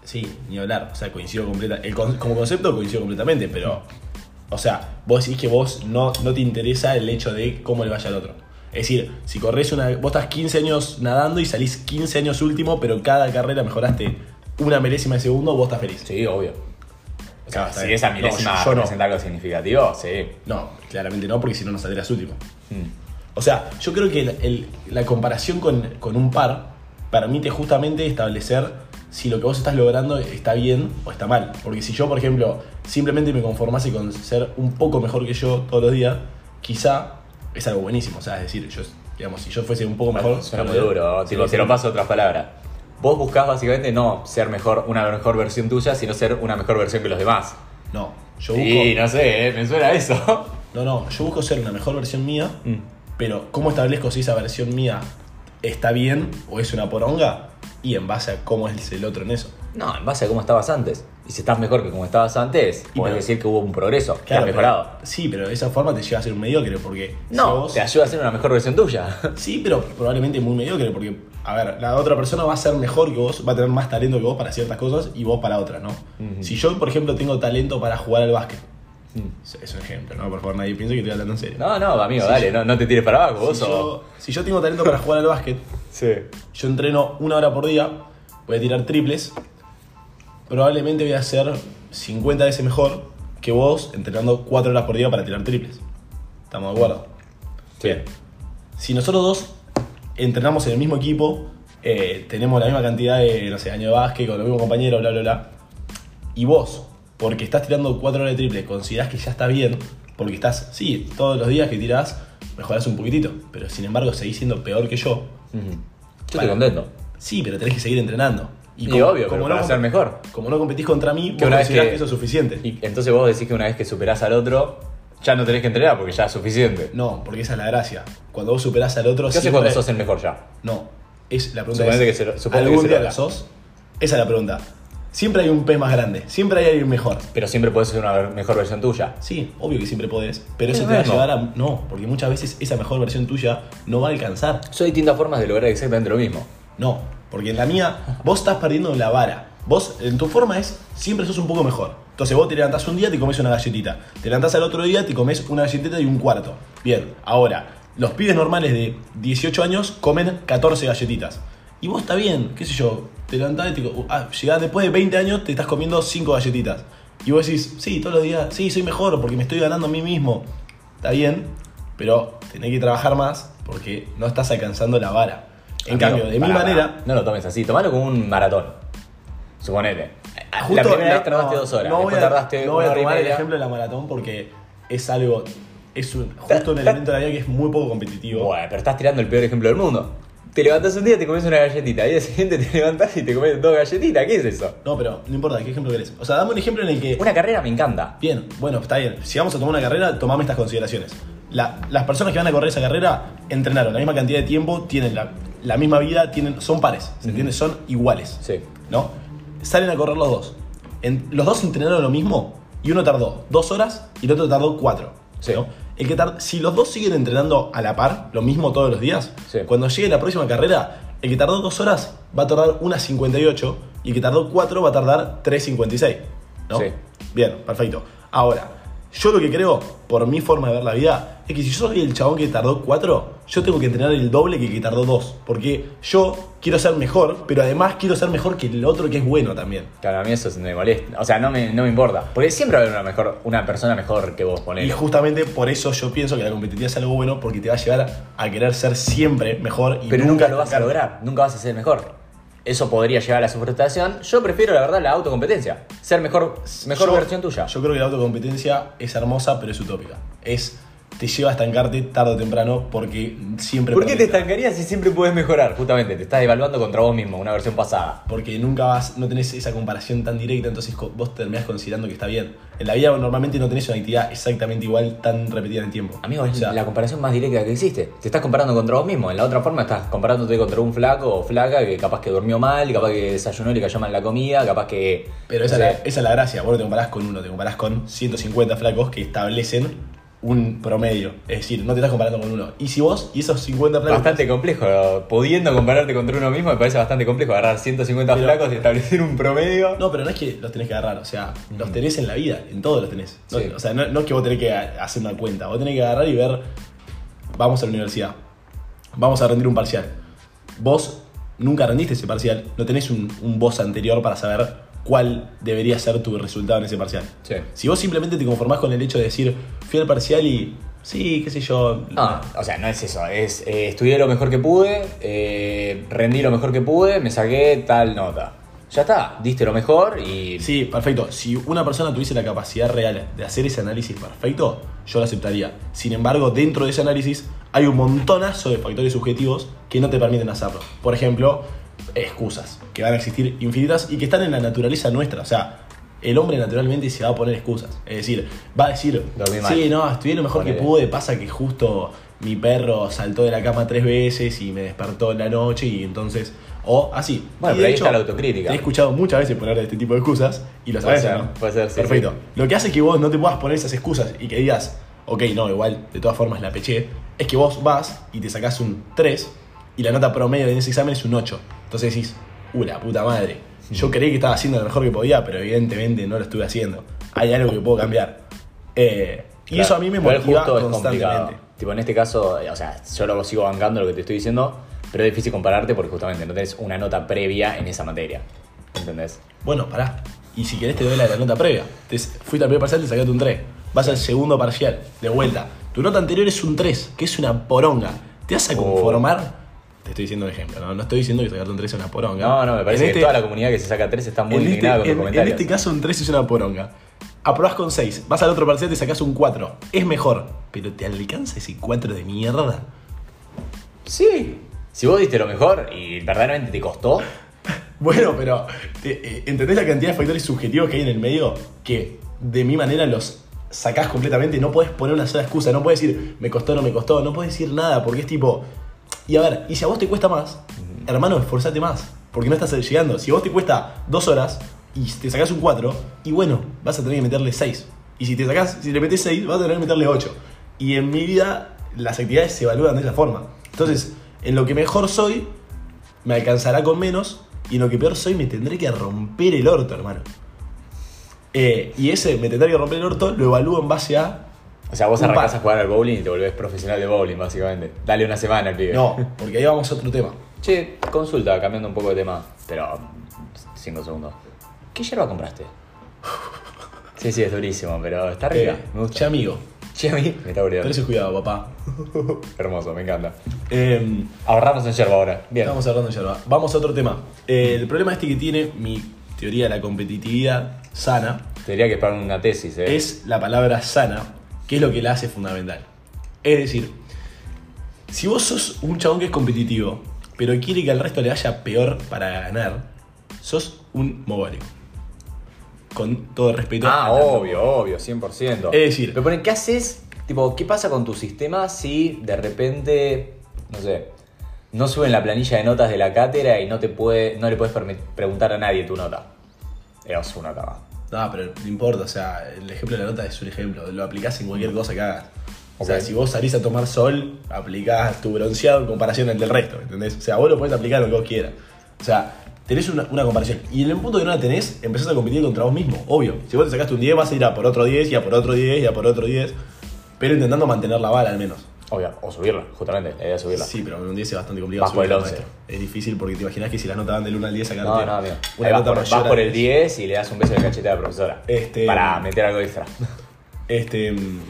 Speaker 2: Sí, ni hablar. O sea, coincido completa. el con- como concepto coincido completamente, pero. O sea, vos decís que vos no, no te interesa el hecho de cómo le vaya al otro. Es decir, si corres una. Vos estás 15 años nadando y salís 15 años último, pero cada carrera mejoraste una milésima de segundo, vos estás feliz.
Speaker 1: Sí, obvio. O sea,
Speaker 2: Claro, Ah, está
Speaker 1: si
Speaker 2: bien.
Speaker 1: esa
Speaker 2: No,
Speaker 1: milésima
Speaker 2: yo- yo no.
Speaker 1: representa algo significativo, sí.
Speaker 2: No, claramente no, porque si no, no saldrías último.
Speaker 1: Mm.
Speaker 2: O sea, yo creo que el- el- la comparación con, con un par permite justamente establecer si lo que vos estás logrando está bien o está mal. Porque si yo, por ejemplo, simplemente me conformase con ser un poco mejor que yo todos los días, quizá es algo buenísimo. O sea, es decir, yo, digamos, si yo fuese un poco mejor...
Speaker 1: Suena muy duro.
Speaker 2: Sí,
Speaker 1: tipo,
Speaker 2: sí.
Speaker 1: se lo paso a otras palabras. Vos buscás básicamente no ser mejor, una mejor versión tuya, sino ser una mejor versión que los demás.
Speaker 2: No, yo busco...
Speaker 1: Y no sé, eh, me suena a eso.
Speaker 2: No, no, yo busco ser una mejor versión mía,
Speaker 1: Mm.
Speaker 2: pero ¿cómo establezco si esa versión mía está bien o es una poronga? Y en base a cómo es el otro en eso.
Speaker 1: No, en base a cómo estabas antes. Y si estás mejor que como estabas antes,
Speaker 2: Y
Speaker 1: puedes
Speaker 2: pero-
Speaker 1: decir que hubo un progreso, que has
Speaker 2: Claro,
Speaker 1: mejorado.
Speaker 2: pero- sí, pero de esa forma te lleva a ser un mediocre porque. si
Speaker 1: no,
Speaker 2: vos-
Speaker 1: te ayuda a ser una mejor versión tuya.
Speaker 2: sí, pero probablemente muy mediocre porque, a ver, la otra persona va a ser mejor que vos, va a tener más talento que vos para ciertas cosas y vos para otras, ¿no?
Speaker 1: Ujú.
Speaker 2: Si yo, por ejemplo, tengo talento para jugar al básquet,
Speaker 1: Mm.
Speaker 2: es un ejemplo, ¿no? Por favor, nadie piense que estoy hablando en serio.
Speaker 1: no, no, amigo,
Speaker 2: Sí,
Speaker 1: dale,
Speaker 2: sí.
Speaker 1: no, no te tires para abajo. vos
Speaker 2: si,
Speaker 1: sos-
Speaker 2: yo, si yo tengo talento para jugar al básquet,
Speaker 1: Sí.
Speaker 2: yo entreno una hora por día, voy a tirar triples, probablemente voy a ser 50 veces mejor que vos entrenando 4 horas por día para tirar triples. ¿Estamos de acuerdo?
Speaker 1: Bien.
Speaker 2: Si nosotros dos entrenamos en el mismo equipo, eh, tenemos la misma cantidad de, no sé, año de básquet, con los mismos compañeros, bla, bla, bla. Y vos, porque estás tirando 4 horas de triple, considerás que ya está bien, porque estás, sí, todos los días que tirás, mejorás un poquitito, pero sin embargo seguís siendo peor que yo.
Speaker 1: Ujú. Yo estoy
Speaker 2: Para-
Speaker 1: contento.
Speaker 2: Sí, pero tenés que seguir entrenando.
Speaker 1: Y obvio, pero para
Speaker 2: comp-
Speaker 1: ser mejor.
Speaker 2: Como no competís contra mí, vos
Speaker 1: Que una vez
Speaker 2: considerás
Speaker 1: que-
Speaker 2: que... eso es suficiente.
Speaker 1: Y entonces vos decís que una vez que superás al otro, ya no tenés que entrenar porque ya es suficiente.
Speaker 2: No, porque esa es la gracia. Cuando vos superás al otro,
Speaker 1: ¿Qué haces
Speaker 2: siempre-
Speaker 1: cuando sos el mejor ya?
Speaker 2: No, es la pregunta.
Speaker 1: Suponete
Speaker 2: es,
Speaker 1: que se lo- suponete que
Speaker 2: ¿Algún
Speaker 1: se
Speaker 2: día
Speaker 1: logra.
Speaker 2: la sos? Esa es la pregunta. Siempre hay un pez más grande, siempre hay alguien mejor.
Speaker 1: Pero siempre puedes ser una mejor versión tuya.
Speaker 2: Sí, obvio que siempre podés, pero
Speaker 1: Es
Speaker 2: eso te va a
Speaker 1: verdad.
Speaker 2: llevar a. No, porque muchas veces esa mejor versión tuya no va a alcanzar.
Speaker 1: Son distintas formas de lograr exactamente lo mismo.
Speaker 2: No, porque en la mía vos estás perdiendo la vara. Vos, en tu forma es, siempre sos un poco mejor. Entonces vos te levantás un día, te comes una galletita. Te levantás al otro día, te comes una galletita y un cuarto. Bien, ahora, los pibes normales de 18 años comen 14 galletitas. Y vos está bien, qué sé yo, te levantás y te... co- ah, llegás después de 20 años, te estás comiendo 5 galletitas. Y vos decís, sí, todos los días, sí, soy mejor porque me estoy ganando a mí mismo. Está bien, pero tenés que trabajar más porque no estás alcanzando la vara. En
Speaker 1: Amigo,
Speaker 2: cambio, de mi
Speaker 1: pará, pará.
Speaker 2: manera,
Speaker 1: No lo tomes así, tomalo como un maratón. Suponete. la
Speaker 2: Justo-
Speaker 1: primera
Speaker 2: no,
Speaker 1: vez tardaste
Speaker 2: no,
Speaker 1: dos horas,
Speaker 2: No voy
Speaker 1: después
Speaker 2: a,
Speaker 1: tardaste
Speaker 2: no voy a
Speaker 1: una hora y
Speaker 2: tomar el
Speaker 1: media.
Speaker 2: ejemplo de la maratón porque es algo. Es un, justo un
Speaker 1: ta-
Speaker 2: elemento de la vida que es muy poco competitivo.
Speaker 1: Bueno, pero estás tirando el peor ejemplo del mundo. Te levantás un día, te comes una galletita. Y día siguiente te levantás y te comes dos galletitas. ¿Qué es eso?
Speaker 2: No, pero no importa, ¿qué ejemplo querés? O sea, dame un ejemplo en el que.
Speaker 1: Una carrera me encanta.
Speaker 2: Bien, bueno, está bien. Si vamos a tomar una carrera, tomame estas consideraciones. La- las personas que van a correr esa carrera entrenaron la misma cantidad de tiempo, tienen la, la misma vida, tienen, son pares, ¿se entiende? Son iguales.
Speaker 1: Sí.
Speaker 2: ¿no? Salen a correr los dos. En- los dos entrenaron lo mismo y uno tardó dos horas y el otro tardó cuatro.
Speaker 1: Sí.
Speaker 2: ¿no? El que tar- si los dos siguen entrenando a la par, lo mismo todos los días,
Speaker 1: Sí.
Speaker 2: cuando llegue la próxima carrera, el que tardó dos horas va a tardar 1.58 y el que tardó cuatro va a tardar 3.56. ¿no?
Speaker 1: Sí.
Speaker 2: Bien, perfecto. Ahora, Yo lo que creo, por mi forma de ver la vida, es que si yo soy el chabón que tardó cuatro, yo tengo que entrenar el doble que el que tardó dos. Porque yo quiero ser mejor, pero además quiero ser mejor que el otro que es bueno también.
Speaker 1: Claro, a mí eso me molesta. O sea, no me, no me importa. Porque siempre va a haber una, mejor, una persona mejor que vos,
Speaker 2: Y
Speaker 1: ponele.
Speaker 2: justamente por eso yo pienso que la competitividad es algo bueno porque te va a llevar a querer ser siempre mejor y
Speaker 1: Pero nunca,
Speaker 2: nunca
Speaker 1: lo vas a
Speaker 2: estancar.
Speaker 1: lograr, nunca vas a ser mejor. Eso podría llevar a su frustración. Yo prefiero, la verdad, la autocompetencia. Ser mejor, mejor
Speaker 2: Yo-
Speaker 1: versión tuya.
Speaker 2: Yo creo que la autocompetencia es hermosa, pero es utópica. Es te lleva a estancarte tarde o temprano porque siempre
Speaker 1: ¿Por qué te
Speaker 2: perdiste.
Speaker 1: estancarías si siempre puedes mejorar? Justamente, te estás evaluando contra vos mismo, una versión pasada.
Speaker 2: porque nunca vas, no tenés esa comparación tan directa, entonces co- vos terminás considerando que está bien. En la vida normalmente no tenés una actividad exactamente igual tan repetida en el tiempo.
Speaker 1: Amigo,
Speaker 2: O
Speaker 1: es
Speaker 2: sea,
Speaker 1: la comparación más directa que existe. Te estás comparando contra vos mismo. En la otra forma estás comparándote contra un flaco o flaca que capaz que durmió mal, capaz que desayunó y le cayó mal la comida, capaz que...
Speaker 2: Pero
Speaker 1: no
Speaker 2: esa,
Speaker 1: sé,
Speaker 2: es la, esa es la gracia, vos no te comparás con uno, te comparás con 150 flacos que establecen un promedio. Es decir, no te estás comparando con uno. Y si vos y esos 50 flacos...
Speaker 1: Bastante complejo. Pudiendo compararte contra uno mismo me parece bastante complejo. Agarrar 150
Speaker 2: Pero-
Speaker 1: flacos y establecer un promedio.
Speaker 2: No, pero no es que los tenés que agarrar, o sea, los tenés en la vida, en todo los tenés. No-
Speaker 1: Sí.
Speaker 2: O sea, no, no es que vos tenés que a- hacer una cuenta, vos tenés que agarrar y ver, vamos a la universidad, vamos a rendir un parcial. Vos nunca rendiste ese parcial, no tenés un, un vos anterior para saber cuál debería ser tu resultado en ese parcial.
Speaker 1: Sí.
Speaker 2: Si vos simplemente te conformás con el hecho de decir, fui al parcial y, sí, qué sé yo,
Speaker 1: No, o sea, no es eso. Es eh, estudié lo mejor que pude, eh, rendí lo mejor que pude, me saqué tal nota. Ya está, diste lo mejor y...
Speaker 2: Sí, perfecto. Si una persona tuviese la capacidad real de hacer ese análisis perfecto, yo lo aceptaría. Sin embargo, dentro de ese análisis hay un montonazo de factores subjetivos que no te permiten hacerlo. Por ejemplo, excusas, que van a existir infinitas y que están en la naturaleza nuestra. O sea, el hombre naturalmente se va a poner excusas. Es decir, va a decir,
Speaker 1: Dormí mal.
Speaker 2: sí, no, estudié lo mejor que
Speaker 1: Ponele.
Speaker 2: pude, pasa que justo mi perro saltó de la cama tres veces y me despertó en la noche y entonces... O así.
Speaker 1: Bueno, pero
Speaker 2: Y de
Speaker 1: ahí está la autocrítica.
Speaker 2: te he escuchado muchas veces poner este tipo de excusas y lo
Speaker 1: Puede
Speaker 2: sabes,
Speaker 1: ser,
Speaker 2: ¿no?
Speaker 1: puede ser, sí,
Speaker 2: Perfecto.
Speaker 1: sí.
Speaker 2: Lo que hace que vos no te puedas poner esas excusas y que digas, ok, no, igual, de todas formas la peché, es que vos vas y te sacás un 3 y la nota promedio en ese examen es un 8. Entonces decís, uh, la puta madre.
Speaker 1: Mm.
Speaker 2: Yo creí que estaba haciendo lo mejor que podía, pero evidentemente no lo estuve haciendo. Hay algo que puedo cambiar. Eh, y
Speaker 1: Claro,
Speaker 2: eso a mí me
Speaker 1: igual
Speaker 2: motiva
Speaker 1: justo es
Speaker 2: constantemente.
Speaker 1: complicado. Tipo, en este caso, eh, o sea, yo lo sigo bancando lo que te estoy diciendo, pero es difícil compararte porque justamente no tenés una nota previa en esa materia. ¿Entendés?
Speaker 2: Bueno, pará. Y si querés te doy la, de la nota previa. Te, fuiste al primer parcial, te sacaste un 3. Vas al segundo parcial, de vuelta. Tu nota anterior es un 3, que es una poronga. ¿Te vas a
Speaker 1: Oh.
Speaker 2: conformar? Te estoy diciendo un ejemplo, ¿no? No estoy diciendo que sacarte un 3 es una poronga.
Speaker 1: No, no, me parece
Speaker 2: En
Speaker 1: que
Speaker 2: este-
Speaker 1: toda la comunidad que se saca tres está muy
Speaker 2: en este,
Speaker 1: indignada con
Speaker 2: en-
Speaker 1: los
Speaker 2: en
Speaker 1: comentarios.
Speaker 2: este caso un 3 es una poronga. Aprobás con 6, vas al otro parcial, te sacás un 4. Es mejor, pero ¿te alcanza ese 4 de mierda?
Speaker 1: Sí. Si vos diste lo mejor y verdaderamente te costó,
Speaker 2: Bueno, pero te- eh, ¿entendés la cantidad de factores subjetivos que hay en el medio? Que de mi manera los sacás completamente, no podés poner una sola excusa, no podés decir me costó, no me costó, no podés decir nada, porque es tipo. Y a ver, y si a vos te cuesta más, hermano, esforzate más, porque no estás llegando. Si a vos te cuesta dos horas y te sacás un 4, y bueno, vas a tener que meterle 6. Y si te sacás, si le metés 6, vas a tener que meterle 8. Y en mi vida, las actividades se evalúan de esa forma. Entonces, en lo que mejor soy, me alcanzará con menos y en lo que peor soy me tendré que romper el orto, hermano. Eh, y ese me tendré que romper el orto lo evalúo en base a...
Speaker 1: o sea, vos
Speaker 2: Un
Speaker 1: arrancás
Speaker 2: par.
Speaker 1: a jugar al bowling y te volvés profesional de bowling, básicamente. Dale una semana al pibe.
Speaker 2: No, porque ahí vamos a otro tema.
Speaker 1: Che, consulta, cambiando un poco de tema, pero cinco segundos. ¿Qué yerba compraste? Sí, sí, es durísimo, pero está rica.
Speaker 2: Eh,
Speaker 1: me gusta.
Speaker 2: che, amigo,
Speaker 1: Che, a mí me está aburrido.
Speaker 2: tenés cuidado, papá.
Speaker 1: Hermoso, me encanta.
Speaker 2: Em,
Speaker 1: Ahorramos en yerba ahora. Bien.
Speaker 2: Estamos hablando de yerba. Vamos a otro tema. Eh, el problema este que tiene mi teoría de la competitividad sana
Speaker 1: Te diría que es para una tesis, ¿eh?
Speaker 2: es la palabra sana, que es lo que la hace fundamental. Es decir, si vos sos un chabón que es competitivo, pero quiere que al resto le vaya peor para ganar, sos un mogólico. Con todo respeto.
Speaker 1: Ah,
Speaker 2: a tanto.
Speaker 1: obvio, obvio, 100%.
Speaker 2: Es decir-
Speaker 1: Pero ponen, ¿qué haces? Tipo, ¿qué pasa con tu sistema si de repente, no sé, no suben la planilla de notas de la cátedra y no te puede, no le puedes permi- preguntar a nadie tu nota? Era su nota, va.
Speaker 2: No, pero no importa, o sea, el ejemplo de la nota es un ejemplo, lo aplicás en cualquier cosa que hagas. O sea,
Speaker 1: Ok.
Speaker 2: si vos salís a tomar sol, aplicás tu bronceado en comparación al del resto, ¿entendés? O sea, vos lo podés aplicar en lo que vos quieras. O sea, tenés una, una comparación. Y en el punto que no la tenés, empezás a competir contra vos mismo, obvio. Si vos te sacaste un 10, vas a ir a por otro 10, y a por otro 10, y a por otro 10. Pero intentando mantener la vara al menos.
Speaker 1: Obvio, o subirla, justamente, la idea es subirla.
Speaker 2: Sí, pero un 10 es bastante complicado.
Speaker 1: Vas por el
Speaker 2: subirlo,
Speaker 1: 11.
Speaker 2: maestro. Es difícil porque te imaginas que si las notas van del 1 al 10 sacaste
Speaker 1: No, no, amigo.
Speaker 2: una
Speaker 1: Ahí vas,
Speaker 2: nota
Speaker 1: por,
Speaker 2: mayor
Speaker 1: vas por
Speaker 2: al
Speaker 1: el 10 y le das un beso en la cacheta a la profesora.
Speaker 2: Este-
Speaker 1: Para meter algo extra.
Speaker 2: Este, mm,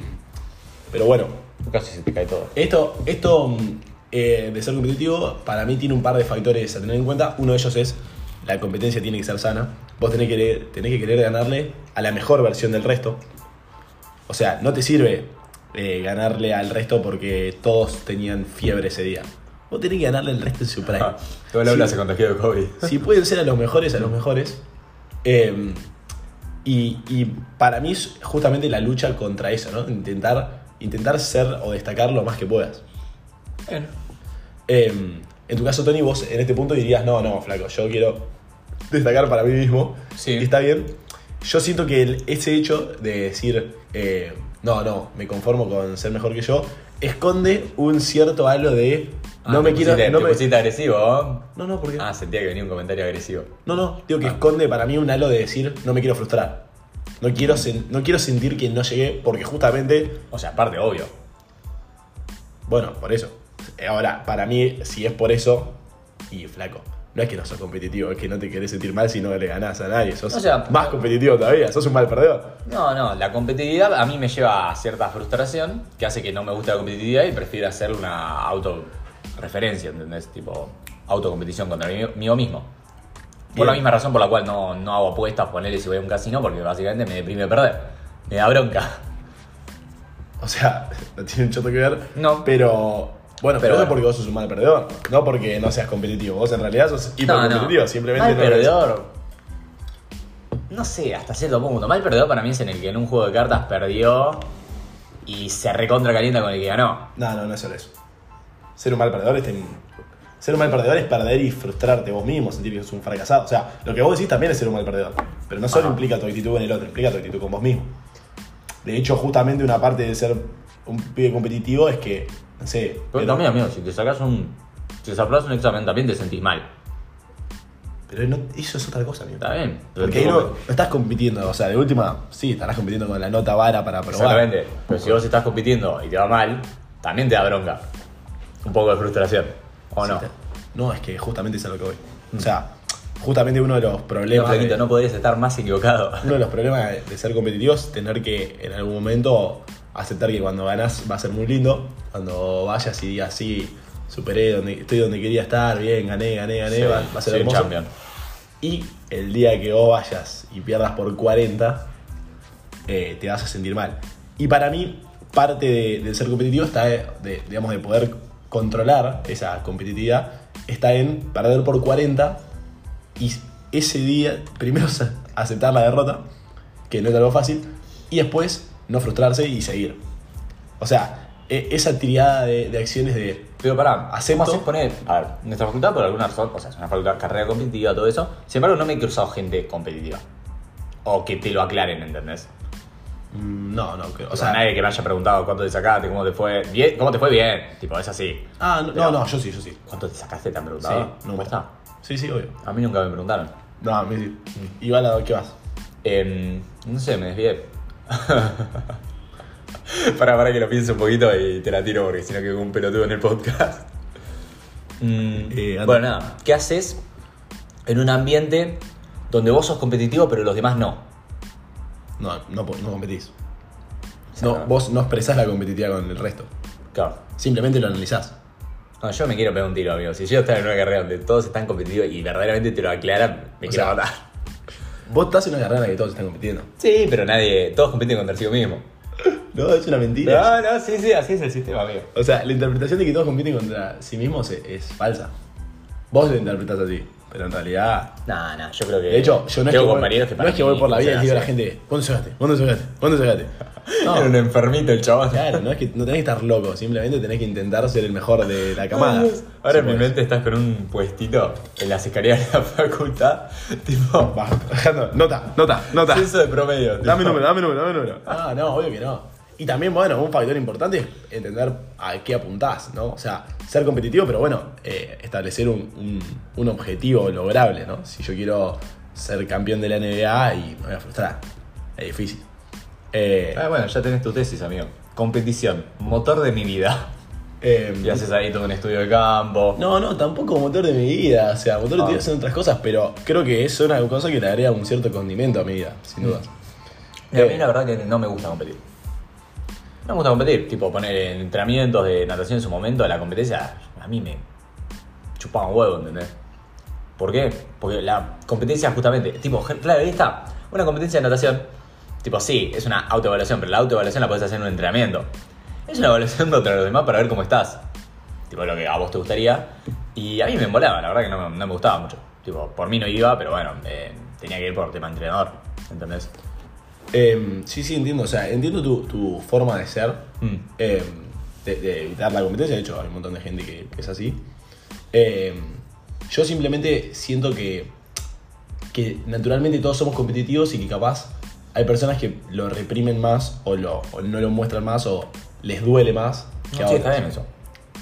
Speaker 2: pero bueno,
Speaker 1: Casi se te cae todo.
Speaker 2: esto, esto mm, eh, de ser competitivo para mí tiene un par de factores a tener en cuenta. Uno de ellos es la competencia tiene que ser sana. Vos tenés que, querer- tenés que querer ganarle a la mejor versión del resto. O sea, no te sirve eh, ganarle al resto porque todos tenían fiebre ese día. Vos tenés que ganarle al resto en su prime.
Speaker 1: Todo el aula
Speaker 2: Sí.
Speaker 1: se contagió de COVID.
Speaker 2: si pueden ser a los mejores, a los mejores. Eh, y, y para mí es justamente la lucha contra eso, ¿no? Intentar, intentar ser o destacar lo más que puedas. Eh, en tu caso, Tony, vos en este punto dirías, no, no, flaco, yo quiero destacar para mí mismo.
Speaker 1: Sí.
Speaker 2: Y está bien. Yo siento que el- ese hecho de decir, eh, no, no, me conformo con ser mejor que yo, esconde un cierto halo de, no me quiero...
Speaker 1: Pusiste,
Speaker 2: no,
Speaker 1: Ah, te
Speaker 2: me-
Speaker 1: pusiste agresivo. ¿oh?
Speaker 2: no, no, porque...
Speaker 1: Ah, sentía que venía un comentario agresivo.
Speaker 2: No, no, digo que
Speaker 1: Ah.
Speaker 2: esconde para mí un halo de decir no me quiero frustrar. No
Speaker 1: Mm.
Speaker 2: quiero, sen- no quiero sentir que no llegué porque justamente,
Speaker 1: O sea, aparte, obvio.
Speaker 2: bueno, por eso. Ahora, para mí, si es por eso, y flaco, no es que no sos competitivo, es que no te querés sentir mal si no le ganás a nadie. Sos
Speaker 1: O sea-
Speaker 2: más competitivo todavía, sos un mal perdedor.
Speaker 1: No, no, la competitividad a mí me lleva a cierta frustración que hace que no me guste la competitividad y prefiero hacer una autorreferencia, ¿entendés? Tipo, autocompetición contra mí, mío mismo. Por
Speaker 2: Bien.
Speaker 1: la misma razón por la cual no, no hago apuestas, ponerle si voy a un casino, porque básicamente me deprime perder. Me da bronca.
Speaker 2: O sea, no tiene un choto que ver.
Speaker 1: No.
Speaker 2: Pero, bueno,
Speaker 1: Pero
Speaker 2: pero, eso
Speaker 1: bueno.
Speaker 2: es porque vos sos un mal perdedor. No porque no seas competitivo, vos en realidad sos hipercompetitivo, simplemente
Speaker 1: Mal
Speaker 2: no lo eres.
Speaker 1: perdedor. No sé, hasta cierto punto. Mal perdedor para mí es en el que en un juego de cartas perdió y se recontra calienta con el que ganó.
Speaker 2: No, no, no es solo eso. Ser un mal perdedor es ten- ser un mal perdedor es perder y frustrarte vos mismo, sentir que sos un fracasado. O sea, lo que vos decís también es ser un mal perdedor. Pero no solo
Speaker 1: Ajá.
Speaker 2: implica tu actitud con el otro, implica tu actitud con vos mismo. De hecho, justamente una parte de ser un pibe competitivo es que, no sé,
Speaker 1: Pero también, amigo, si te sacas un. Si desaprobas un examen, también te sentís mal.
Speaker 2: pero no- eso es otra cosa, amigo.
Speaker 1: Está bien. pero
Speaker 2: Porque ahí
Speaker 1: tú-
Speaker 2: no, no estás compitiendo, o sea, de última, sí, estarás compitiendo con la nota vara para probar.
Speaker 1: Exactamente. Pero si vos estás compitiendo y te va mal, también te da bronca. Un poco de frustración. ¿O no? Mm.
Speaker 2: Sí, te- No, es que justamente es a lo que voy. O sea, justamente uno de los problemas. de-
Speaker 1: Flaquito, no podrías estar más equivocado.
Speaker 2: Uno de los problemas de- de ser competitivos es tener que en algún momento aceptar que cuando ganas va a ser muy lindo. Cuando vayas y digas, sí, superé, donde, estoy donde quería estar, bien, gané, gané, gané, va, va a ser
Speaker 1: soy un
Speaker 2: hermoso.
Speaker 1: champion.
Speaker 2: Y el día que vos vayas y pierdas por 40, eh, te vas a sentir mal. Y para mí, parte de- del ser competitivo está, de, de- digamos, de poder controlar esa competitividad, está en perder por 40 y ese día, primero sa- aceptar la derrota, que no es algo fácil, y después no frustrarse y seguir. O sea, e- esa tirada de, de acciones de...
Speaker 1: Pero pará,
Speaker 2: Acepto.
Speaker 1: hacemos poner. A ver, nuestra facultad por alguna razón, o sea, es una facultad, carrera competitiva, todo eso. Sin embargo, no me he cruzado gente competitiva. O que te lo aclaren, ¿entendés?
Speaker 2: mm, No, no, que-
Speaker 1: O sea, nadie que me haya preguntado cuánto te sacaste, cómo te fue. Bien, ¿Cómo te fue bien? Tipo, es así.
Speaker 2: Ah, no, no, no, yo sí, yo sí.
Speaker 1: ¿Cuánto te sacaste? ¿Te han
Speaker 2: Sí,
Speaker 1: preguntado?
Speaker 2: nunca.
Speaker 1: está?
Speaker 2: Sí, sí, obvio.
Speaker 1: A mí nunca me preguntaron.
Speaker 2: No, a mí sí. Igual a qué vas.
Speaker 1: Em, no sé, me desvié. para, para que lo piense un poquito y te la tiro porque si no quedo como un pelotudo en el podcast. Mm,
Speaker 2: Eh, anda.
Speaker 1: bueno, nada. ¿Qué haces en un ambiente donde vos sos competitivo pero los demás no?
Speaker 2: No, no, po- no competís.
Speaker 1: Exacto.
Speaker 2: No, vos no expresás la competitividad con el resto.
Speaker 1: Claro.
Speaker 2: Simplemente lo analizás.
Speaker 1: No, yo me quiero pegar un tiro, amigo. Si yo estoy en una carrera donde todos están competitivos y verdaderamente te lo aclaran, me
Speaker 2: O
Speaker 1: quiero
Speaker 2: sea-
Speaker 1: matar.
Speaker 2: Vos estás en una carrera en la que todos están compitiendo.
Speaker 1: Sí, pero nadie. Todos compiten contra sí mismo.
Speaker 2: No, es una mentira.
Speaker 1: No, no, sí, sí, así es el sistema, amigo.
Speaker 2: O sea, la interpretación de que todos compiten contra sí mismos es, es falsa. Vos lo interpretás así, pero en realidad...
Speaker 1: No, no, yo creo que.
Speaker 2: De hecho, yo no es, que
Speaker 1: tengo
Speaker 2: voy,
Speaker 1: compañeros que
Speaker 2: no es que voy por la vida y
Speaker 1: vida
Speaker 2: le digo a la gente, ¿cuándo llegaste? ¿Cuándo llegaste? ¿Cuándo llegaste?
Speaker 1: Era un
Speaker 2: No,
Speaker 1: enfermito el chabón.
Speaker 2: claro, no, es que, no tenés que estar loco, simplemente tenés que intentar ser el mejor de la camada.
Speaker 1: Ahora en
Speaker 2: Si
Speaker 1: mi
Speaker 2: podés.
Speaker 1: mente estás con un puestito en las escaleras de la facultad. Tipo,
Speaker 2: Bajando. Nota, nota, nota.
Speaker 1: censo de promedio. tipo.
Speaker 2: Dame número, dame número, dame número. Ah, no, obvio que no. Y también, bueno, un factor importante es entender a qué apuntás, ¿no? O sea, ser competitivo, pero bueno, eh, establecer un, un- un objetivo lograble, ¿no? Si yo quiero ser campeón de la NBA y me voy a frustrar, es difícil. Eh,
Speaker 1: Ah, bueno, ya tenés tu tesis, amigo. Competición, motor de mi vida.
Speaker 2: eh,
Speaker 1: Y haces ahí todo un estudio de campo.
Speaker 2: No, no, tampoco motor de mi vida. O sea, motor de mi vida son otras cosas, pero creo que es una cosa que le agrega un cierto condimento a mi vida, sin duda.
Speaker 1: Y a mí
Speaker 2: Eh,
Speaker 1: la verdad que no me gusta competir. No me gusta competir. Tipo, poner en entrenamientos de natación en su momento, la competencia, a mí me chupaba un huevo, ¿entendés? ¿Por qué? Porque la competencia justamente, tipo, gen- claro, ahí está. Una competencia de natación, tipo, sí, es una autoevaluación, pero la autoevaluación la puedes hacer en un entrenamiento. Es una evaluación contra los demás para ver cómo estás. Tipo, lo que a vos te gustaría. Y a mí me embolaba, la verdad que no, me- no me gustaba mucho. Tipo, por mí no iba, pero bueno, eh, tenía que ir por tema entrenador, ¿entendés?
Speaker 2: eh, sí, sí, entiendo. O sea, entiendo tu, tu forma de ser,
Speaker 1: Mm.
Speaker 2: eh, de, de evitar la competencia. De hecho, hay un montón de gente que, que es así. Eh, yo simplemente siento que, que naturalmente todos somos competitivos y que capaz hay personas que lo reprimen más o, lo, o no lo muestran más o les duele más. que a
Speaker 1: sí, está
Speaker 2: otras.
Speaker 1: bien eso.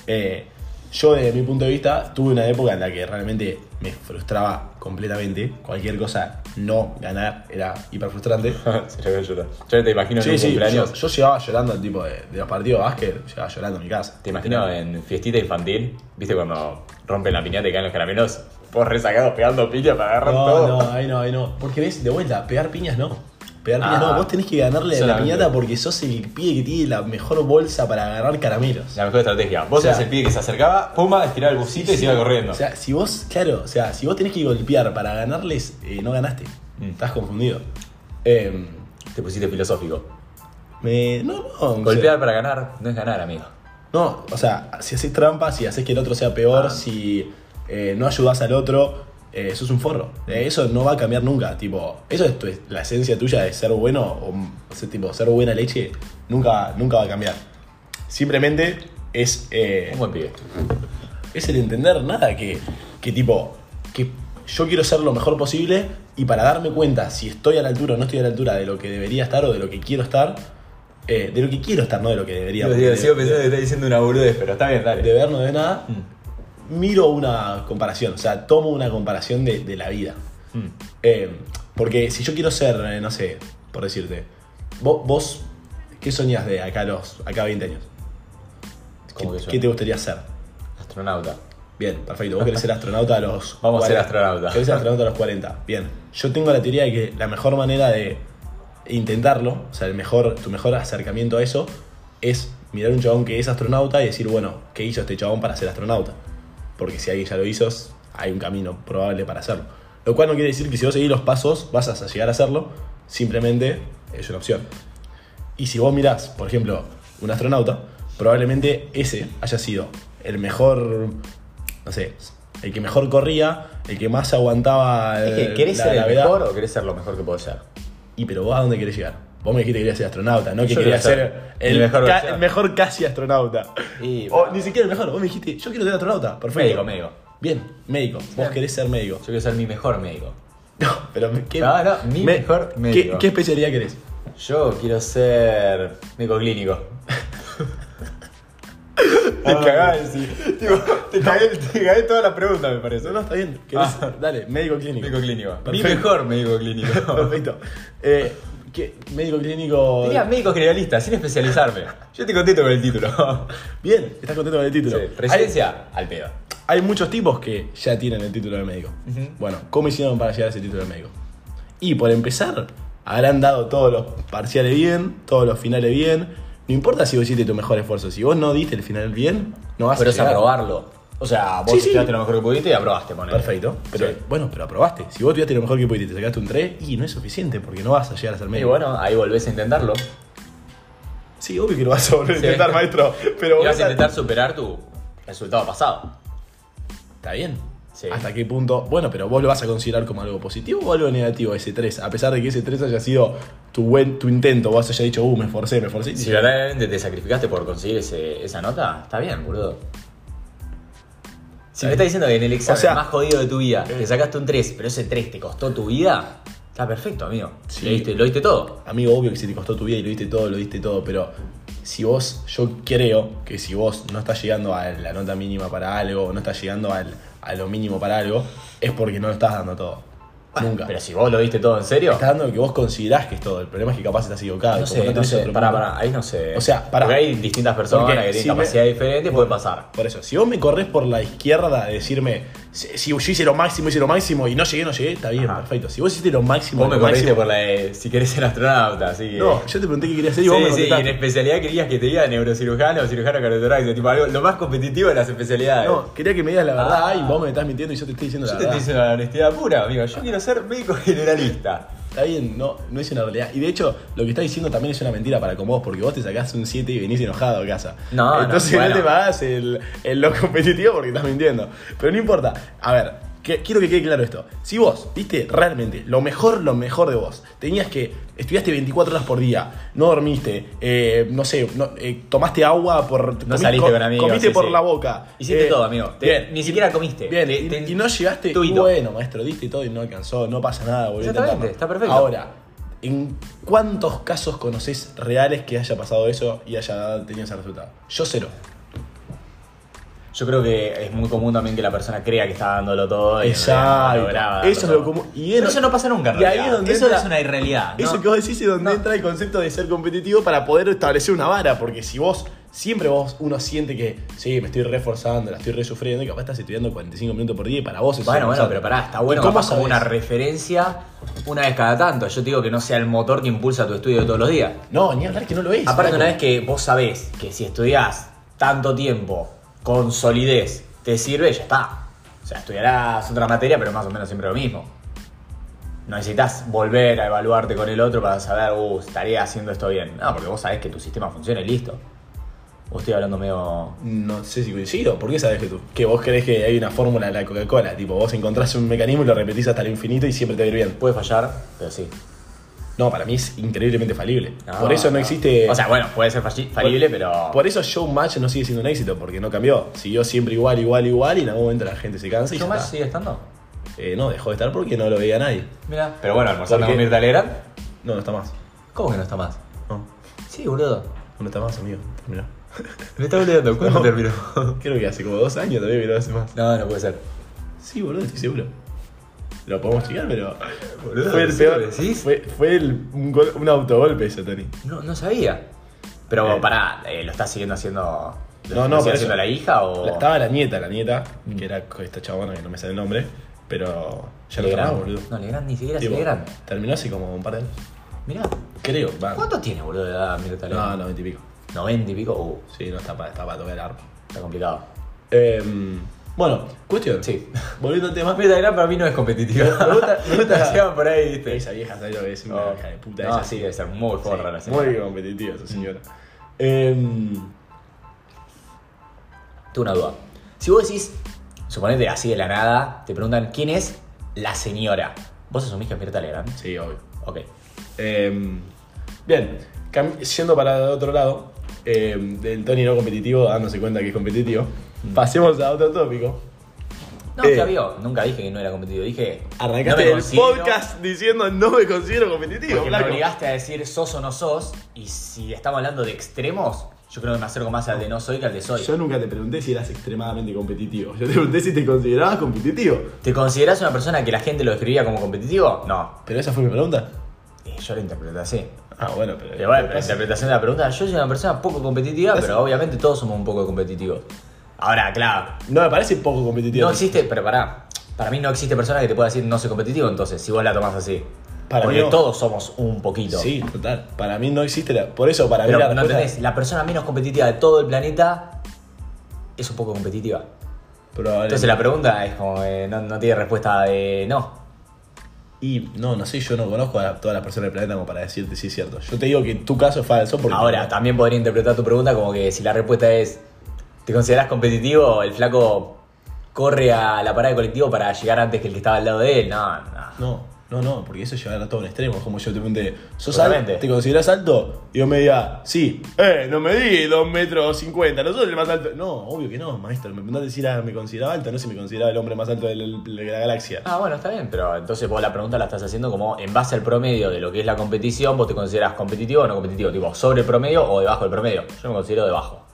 Speaker 2: Eh, yo, desde mi punto de vista, tuve una época en la que realmente me frustraba completamente. Cualquier cosa, no ganar era hiper frustrante.
Speaker 1: Se le ve llorar. Yo te imagino en
Speaker 2: Sí,
Speaker 1: un
Speaker 2: sí, yo,
Speaker 1: cumpleaños.
Speaker 2: yo llegaba llorando al tipo de, de los partidos de básquet, llegaba llorando a mi casa.
Speaker 1: Te imagino en fiestita infantil, ¿viste cuando rompen la piñata y caen los caramelos? Vos resacados pegando piña para agarrar
Speaker 2: No,
Speaker 1: todo.
Speaker 2: no, ahí no, ahí no. Porque ves, de vuelta, pegar piñas no. Pegar piñas
Speaker 1: Ah.
Speaker 2: no, vos tenés que ganarle a la
Speaker 1: Solamente.
Speaker 2: piñata porque sos el pibe que tiene la mejor bolsa para agarrar caramelos.
Speaker 1: La mejor estrategia. Vos
Speaker 2: O sea,
Speaker 1: eras el pibe que se acercaba, puma, estiraba el bucito y se iba corriendo.
Speaker 2: O sea, si vos, claro, o sea, si vos tenés que golpear para ganarles, eh, no ganaste.
Speaker 1: Mm.
Speaker 2: Estás confundido. Eh,
Speaker 1: te pusiste filosófico.
Speaker 2: me, no, no. o sea-
Speaker 1: Golpear para ganar no es ganar, amigo.
Speaker 2: No, o sea, si haces trampa, si haces que el otro sea peor, si eh, no ayudas al otro, eh, eso es un forro. Eh, eso no va a cambiar nunca. Tipo, eso es tu- la esencia tuya de ser bueno o m- ser, tipo, ser buena leche. Nunca, nunca va a cambiar. Simplemente es, eh,
Speaker 1: Un buen pibe.
Speaker 2: es el entender nada que, que tipo, que yo quiero ser lo mejor posible y para darme cuenta si estoy a la altura o no estoy a la altura de lo que debería estar o de lo que quiero estar, eh, de lo que quiero estar, no de lo que debería.
Speaker 1: Digo,
Speaker 2: porque
Speaker 1: digo,
Speaker 2: de-
Speaker 1: sigo pensando que está diciendo una boludez, pero está bien, dale.
Speaker 2: de ver no de nada,
Speaker 1: Mm.
Speaker 2: miro una comparación, o sea, tomo una comparación de, de la vida.
Speaker 1: Mm.
Speaker 2: Eh, porque si yo quiero ser, eh, no sé, por decirte, vos, vos ¿qué soñás de acá a los acá a 20 años?
Speaker 1: ¿Cómo
Speaker 2: ¿Qué,
Speaker 1: que
Speaker 2: qué te
Speaker 1: suena?
Speaker 2: gustaría ser?
Speaker 1: Astronauta.
Speaker 2: Bien, perfecto. Vos querés ser astronauta a los.
Speaker 1: Vamos a ser
Speaker 2: 40.
Speaker 1: astronauta.
Speaker 2: Querés ser astronauta a los 40. Bien. Yo tengo la teoría de que la mejor manera de intentarlo, o sea, el mejor, tu mejor acercamiento a eso, es mirar un chabón que es astronauta y decir, bueno, ¿qué hizo este chabón para ser astronauta? Porque si alguien ya lo hizo, hay un camino probable para hacerlo. Lo cual no quiere decir que si vos seguís los pasos vas a llegar a hacerlo, simplemente es una opción. Y si vos mirás, por ejemplo, un astronauta, probablemente ese haya sido el mejor, no sé, el que mejor corría, el que más aguantaba
Speaker 1: Es que,
Speaker 2: eh,
Speaker 1: ¿querés
Speaker 2: la
Speaker 1: ser el
Speaker 2: gravedad.
Speaker 1: mejor o querés ser lo mejor que podés ser?
Speaker 2: Y pero vos a dónde querés llegar? Vos me dijiste que querías ser astronauta, no que
Speaker 1: Yo
Speaker 2: querías
Speaker 1: quiero
Speaker 2: ser
Speaker 1: ser
Speaker 2: el,
Speaker 1: el mejor
Speaker 2: ca-
Speaker 1: versión.
Speaker 2: el mejor casi astronauta.
Speaker 1: Y-
Speaker 2: o ni siquiera el mejor, vos me dijiste, yo quiero ser astronauta, perfecto.
Speaker 1: Médico, médico.
Speaker 2: Bien, médico. Vos
Speaker 1: Bien.
Speaker 2: querés ser médico.
Speaker 1: Yo quiero ser mi mejor médico.
Speaker 2: No, pero ¿qué,
Speaker 1: No, no, mi mejor
Speaker 2: ¿qué-
Speaker 1: médico.
Speaker 2: ¿Qué especialidad querés?
Speaker 1: Yo quiero ser médico clínico.
Speaker 2: Te cagás,
Speaker 1: te, cagué, todas las preguntas, me parece.
Speaker 2: No, no, está bien. Querés-
Speaker 1: Ah.
Speaker 2: Dale, médico clínico.
Speaker 1: Médico clínico. Mi
Speaker 2: Perfecto.
Speaker 1: mejor médico clínico.
Speaker 2: Perfecto. Eh, ¿qué? Médico clínico.
Speaker 1: Diría médico generalista, sin especializarme. Yo estoy contento con el título.
Speaker 2: Bien, estás contento con el título.
Speaker 1: Sí, Residencia al pedo.
Speaker 2: Hay, hay muchos tipos que ya tienen el título de médico.
Speaker 1: Ujú.
Speaker 2: Bueno, ¿cómo hicieron para llegar a ese título de médico? Y por empezar, habrán dado todos los parciales bien, todos los finales bien. No importa si vos hiciste tu mejor esfuerzo, si vos no diste el final bien, no vas
Speaker 1: Pero
Speaker 2: a
Speaker 1: es
Speaker 2: llegar.
Speaker 1: aprobarlo. O sea, vos
Speaker 2: Sí, sí.
Speaker 1: estudiaste lo mejor que pudiste y aprobaste, ponele.
Speaker 2: Perfecto. Pero
Speaker 1: Sí.
Speaker 2: bueno, pero aprobaste. Si vos estudiaste lo mejor que pudiste y te sacaste un 3, y no es suficiente porque no vas a llegar a ser
Speaker 1: Y
Speaker 2: médico.
Speaker 1: bueno, ahí volvés a intentarlo.
Speaker 2: Sí, obvio que lo vas a volver a
Speaker 1: Sí.
Speaker 2: intentar, maestro. Pero
Speaker 1: Y vas
Speaker 2: volvés
Speaker 1: a
Speaker 2: a-
Speaker 1: intentar superar tu resultado pasado.
Speaker 2: Está bien.
Speaker 1: Sí.
Speaker 2: ¿Hasta qué punto? Bueno, pero vos lo vas a considerar como algo positivo o algo negativo ese 3. A pesar de que ese 3 haya sido tu buen tu intento, vos hayas dicho, uh, me esforcé, me esforcé.
Speaker 1: Si verdaderamente te sacrificaste por conseguir ese- esa nota, está bien, boludo. Si me estás diciendo que en el examen
Speaker 2: sea-
Speaker 1: más jodido de tu vida
Speaker 2: Eh.
Speaker 1: te sacaste un 3, pero ese 3 te costó tu vida, Está perfecto, amigo.
Speaker 2: Sí.
Speaker 1: Lo, diste, lo diste todo.
Speaker 2: Amigo, obvio que si te costó tu vida y lo diste todo, lo diste todo, pero si vos, yo creo que si vos no estás llegando a la nota mínima para algo, no estás llegando al- a lo mínimo para algo, es porque no lo estás dando todo. Nunca.
Speaker 1: Pero si vos lo diste todo en serio.
Speaker 2: Estás dando lo que vos considerás que es todo. El problema es que capaz estás equivocado.
Speaker 1: No
Speaker 2: como
Speaker 1: sé, no
Speaker 2: tenés
Speaker 1: sé.
Speaker 2: otro
Speaker 1: Pará,
Speaker 2: punto.
Speaker 1: pará. Ahí no sé.
Speaker 2: O sea, pará.
Speaker 1: Porque hay distintas personas
Speaker 2: Porque
Speaker 1: que tienen
Speaker 2: si me-
Speaker 1: capacidades diferentes, puede pasar.
Speaker 2: Por eso, si vos me corres por la izquierda a decirme, si, si yo hice lo máximo, hice lo máximo y no llegué, no llegué, está bien,
Speaker 1: Ajá.
Speaker 2: perfecto. Si vos hiciste lo máximo,
Speaker 1: Vos me
Speaker 2: lo
Speaker 1: corriste
Speaker 2: máximo-
Speaker 1: por la de si querés ser astronauta, así que.
Speaker 2: No, yo te pregunté qué querías hacer y
Speaker 1: Sí,
Speaker 2: vos me
Speaker 1: sí, y en
Speaker 2: contestaste.
Speaker 1: especialidad querías que te diga neurocirujano o cirujano cardiotorácico, tipo algo, lo más competitivo de las especialidades.
Speaker 2: No, quería que me digas la verdad
Speaker 1: Ah.
Speaker 2: y vos me estás mintiendo y yo te estoy diciendo
Speaker 1: yo
Speaker 2: la
Speaker 1: te
Speaker 2: verdad.
Speaker 1: estoy diciendo la honestidad pura, amigo. Yo quiero ser médico generalista.
Speaker 2: Está bien, no, no es una realidad. Y de hecho, lo que estás diciendo también es una mentira para con vos, porque vos te sacás un 7 y venís enojado a casa.
Speaker 1: No, no,
Speaker 2: Entonces
Speaker 1: bueno.
Speaker 2: no te pagás el, el lo competitivo porque estás mintiendo. Pero no importa. A ver, que- quiero que quede claro esto. Si vos viste realmente lo mejor, lo mejor de vos, tenías que. Estudiaste 24 horas por día, no dormiste, eh, no sé, no- eh, tomaste agua por.
Speaker 1: No saliste con amigos,
Speaker 2: Comiste
Speaker 1: sí,
Speaker 2: por
Speaker 1: sí.
Speaker 2: la boca.
Speaker 1: Hiciste
Speaker 2: eh,
Speaker 1: todo, amigo. Te-
Speaker 2: bien.
Speaker 1: ni siquiera comiste.
Speaker 2: Bien,
Speaker 1: Te-
Speaker 2: y-
Speaker 1: te-
Speaker 2: y no llegaste.
Speaker 1: tuito.
Speaker 2: Bueno, maestro, diste todo y no alcanzó, no pasa nada, volví a
Speaker 1: Exactamente,
Speaker 2: intentarlo.
Speaker 1: está perfecto.
Speaker 2: Ahora, ¿en cuántos casos conoces reales que haya pasado eso y haya tenido ese resultado? Yo cero.
Speaker 1: Yo creo que es muy común también que la persona crea que está dándolo todo. Y en realidad no
Speaker 2: Exacto.
Speaker 1: lograba darlo
Speaker 2: eso es lo
Speaker 1: todo.
Speaker 2: común. Y
Speaker 1: Pero eso no pasa nunca, en
Speaker 2: Y ahí
Speaker 1: realidad.
Speaker 2: es donde
Speaker 1: Eso
Speaker 2: entra-
Speaker 1: es una irrealidad. ¿no?
Speaker 2: Eso que vos decís es donde
Speaker 1: No.
Speaker 2: entra el concepto de ser competitivo para poder establecer una vara, porque si vos, siempre vos, uno siente que, sí, me estoy reforzando, la estoy resufriendo, y capaz estás estudiando 45 minutos por día y para vos eso
Speaker 1: Bueno,
Speaker 2: es
Speaker 1: bueno,
Speaker 2: reforzante.
Speaker 1: pero pará, está
Speaker 2: ¿Y
Speaker 1: bueno
Speaker 2: cómo
Speaker 1: capaz como
Speaker 2: sabés?
Speaker 1: una referencia una vez cada tanto. Yo te digo que no sea el motor que impulsa tu estudio de todos los días.
Speaker 2: No, ni hablar que no lo es.
Speaker 1: Aparte,
Speaker 2: flaco.
Speaker 1: una vez que vos sabés que si estudiás tanto tiempo con solidez te sirve, ya está. O sea, estudiarás otra materia, pero más o menos siempre lo mismo. No necesitas volver a evaluarte con el otro para saber, uh, estaría haciendo esto bien. No, porque vos sabés que tu sistema funciona y listo. Vos estoy hablando medio.
Speaker 2: No sé si coincido. ¿Por qué sabes que tú? Que vos crees que hay una fórmula en la Coca-Cola. Tipo, vos encontrás un mecanismo y lo repetís hasta el infinito y siempre te va a ir bien.
Speaker 1: Puede fallar, pero sí.
Speaker 2: No, para mí es increíblemente falible.
Speaker 1: No,
Speaker 2: por eso no, existe.
Speaker 1: O sea, bueno, puede ser falli- falible, pero.
Speaker 2: Por eso Showmatch no sigue siendo un éxito, porque no cambió. Siguió siempre igual, igual, igual, y en algún momento la gente se cansa y ya
Speaker 1: ¿Showmatch
Speaker 2: está.
Speaker 1: sigue estando?
Speaker 2: Eh, no, dejó de estar porque no lo veía nadie.
Speaker 1: Mira. Pero bueno, almorzando
Speaker 2: ¿Por
Speaker 1: con
Speaker 2: qué?
Speaker 1: Mirta Legrand.
Speaker 2: No, no está más.
Speaker 1: ¿Cómo que no está más?
Speaker 2: No,
Speaker 1: Sí, boludo.
Speaker 2: no está más, amigo. Terminó.
Speaker 1: Me está boludeando. ¿Cuándo
Speaker 2: No.
Speaker 1: terminó?
Speaker 2: Creo que hace como dos años todavía que no hace más.
Speaker 1: no, no puede ser.
Speaker 2: Sí, boludo, estoy seguro. Lo podemos checar, pero.
Speaker 1: Boludo,
Speaker 2: fue el
Speaker 1: ¿sí
Speaker 2: peor.
Speaker 1: lo decís?
Speaker 2: Fue, fue el- un, gol- un autogolpe eso, Tony.
Speaker 1: No, no sabía. Pero
Speaker 2: Eh.
Speaker 1: pará, eh, ¿lo está siguiendo haciendo. ¿Lo
Speaker 2: No, no,
Speaker 1: lo sigue
Speaker 2: por
Speaker 1: haciendo
Speaker 2: eso.
Speaker 1: la hija o.?
Speaker 2: La- estaba la nieta, la nieta,
Speaker 1: Mm.
Speaker 2: que era con esta chabona que no me sale el nombre, pero ya lo
Speaker 1: Legrand?
Speaker 2: grabó, boludo.
Speaker 1: No, Legrand ni siquiera es
Speaker 2: Tipo,
Speaker 1: Legrand.
Speaker 2: terminó así como un par de años.
Speaker 1: Mirá.
Speaker 2: Creo, va.
Speaker 1: ¿Cuánto tiene, boludo, de edad Mirta
Speaker 2: No,
Speaker 1: Legrand?
Speaker 2: no, 20 y pico.
Speaker 1: 90 y pico. Uh,
Speaker 2: Sí, no está para, está para tocar el arma.
Speaker 1: está complicado.
Speaker 2: Em, bueno, cuestión.
Speaker 1: Sí.
Speaker 2: Volviendo al tema.
Speaker 1: Mirta Legrand para mí no es competitiva.
Speaker 2: Me gusta- me gusta-
Speaker 1: La llevan por ahí, viste.
Speaker 2: Esa vieja, ¿sabes lo que es? Una
Speaker 1: Oh.
Speaker 2: hija de puta.
Speaker 1: no,
Speaker 2: esa.
Speaker 1: sí, debe ser muy
Speaker 2: Sí,
Speaker 1: forra la señora.
Speaker 2: Muy competitiva esa señora. Em,
Speaker 1: Tengo una duda. Si vos decís, suponete así de la nada, te preguntan quién es la señora. ¿Vos asumís que es Mirta Legrand?
Speaker 2: sí, obvio.
Speaker 1: Ok.
Speaker 2: Em, bien, cam- yendo para el otro lado, em, del Tony no competitivo, dándose cuenta que es competitivo,
Speaker 1: Mm.
Speaker 2: pasemos a otro tópico.
Speaker 1: No,
Speaker 2: Eh.
Speaker 1: ya vio. Nunca dije que no era competitivo. Dije. no
Speaker 2: Arrancaste
Speaker 1: me
Speaker 2: el
Speaker 1: considero,
Speaker 2: podcast diciendo no me considero competitivo.
Speaker 1: Porque me
Speaker 2: flaco".
Speaker 1: obligaste a decir sos o no sos. Y si estamos hablando de extremos, yo creo que me acerco más al de no soy que al de soy.
Speaker 2: Yo nunca te pregunté si eras extremadamente competitivo. Yo te pregunté si te considerabas competitivo.
Speaker 1: ¿Te considerás una persona que la gente lo describía como competitivo? No.
Speaker 2: Pero esa fue mi pregunta.
Speaker 1: Eh, Yo lo interpreté así.
Speaker 2: Ah, bueno, pero.
Speaker 1: Pero bueno, la interpretación de la pregunta, yo soy una persona poco competitiva, pero obviamente todos somos un poco competitivos. Ahora, claro,
Speaker 2: No me parece poco competitivo.
Speaker 1: No existe, pero pará. Para mí no existe persona que te pueda decir no soy competitivo, entonces, si vos la tomás así.
Speaker 2: Para
Speaker 1: Porque
Speaker 2: mí no.
Speaker 1: todos somos un poquito.
Speaker 2: Sí, total. Para mí no existe la. Por eso, para
Speaker 1: pero
Speaker 2: mí la
Speaker 1: no
Speaker 2: respuesta-
Speaker 1: entendés, la persona menos competitiva de todo el planeta es un poco competitiva.
Speaker 2: Probablemente.
Speaker 1: Entonces la pregunta es como, eh, no, no tiene respuesta de no.
Speaker 2: Y no, no sé, yo no conozco a todas las personas del planeta como para decirte si es cierto. Yo te digo que tu caso es falso porque.
Speaker 1: Ahora, también podría interpretar tu pregunta como que si la respuesta es, ¿te considerás competitivo? El flaco corre a la parada de colectivo para llegar antes que el que estaba al lado de él. No, no.
Speaker 2: No, No, no, porque eso es llevar a todo un extremo. Es como yo te pregunté, ¿sos
Speaker 1: Totalmente.
Speaker 2: alto? ¿Te consideras alto? Y yo me diga, sí, eh, no me di 2 metros 50, no soy el más alto. No, obvio que no, maestro. Me preguntaste si era, me consideraba alto, no si me consideraba el hombre más alto de la, de la galaxia.
Speaker 1: Ah, bueno, está bien, pero entonces vos la pregunta la estás haciendo como en base al promedio de lo que es la competición, vos te considerás competitivo o no competitivo, tipo sobre el promedio o debajo del promedio. Yo me considero debajo.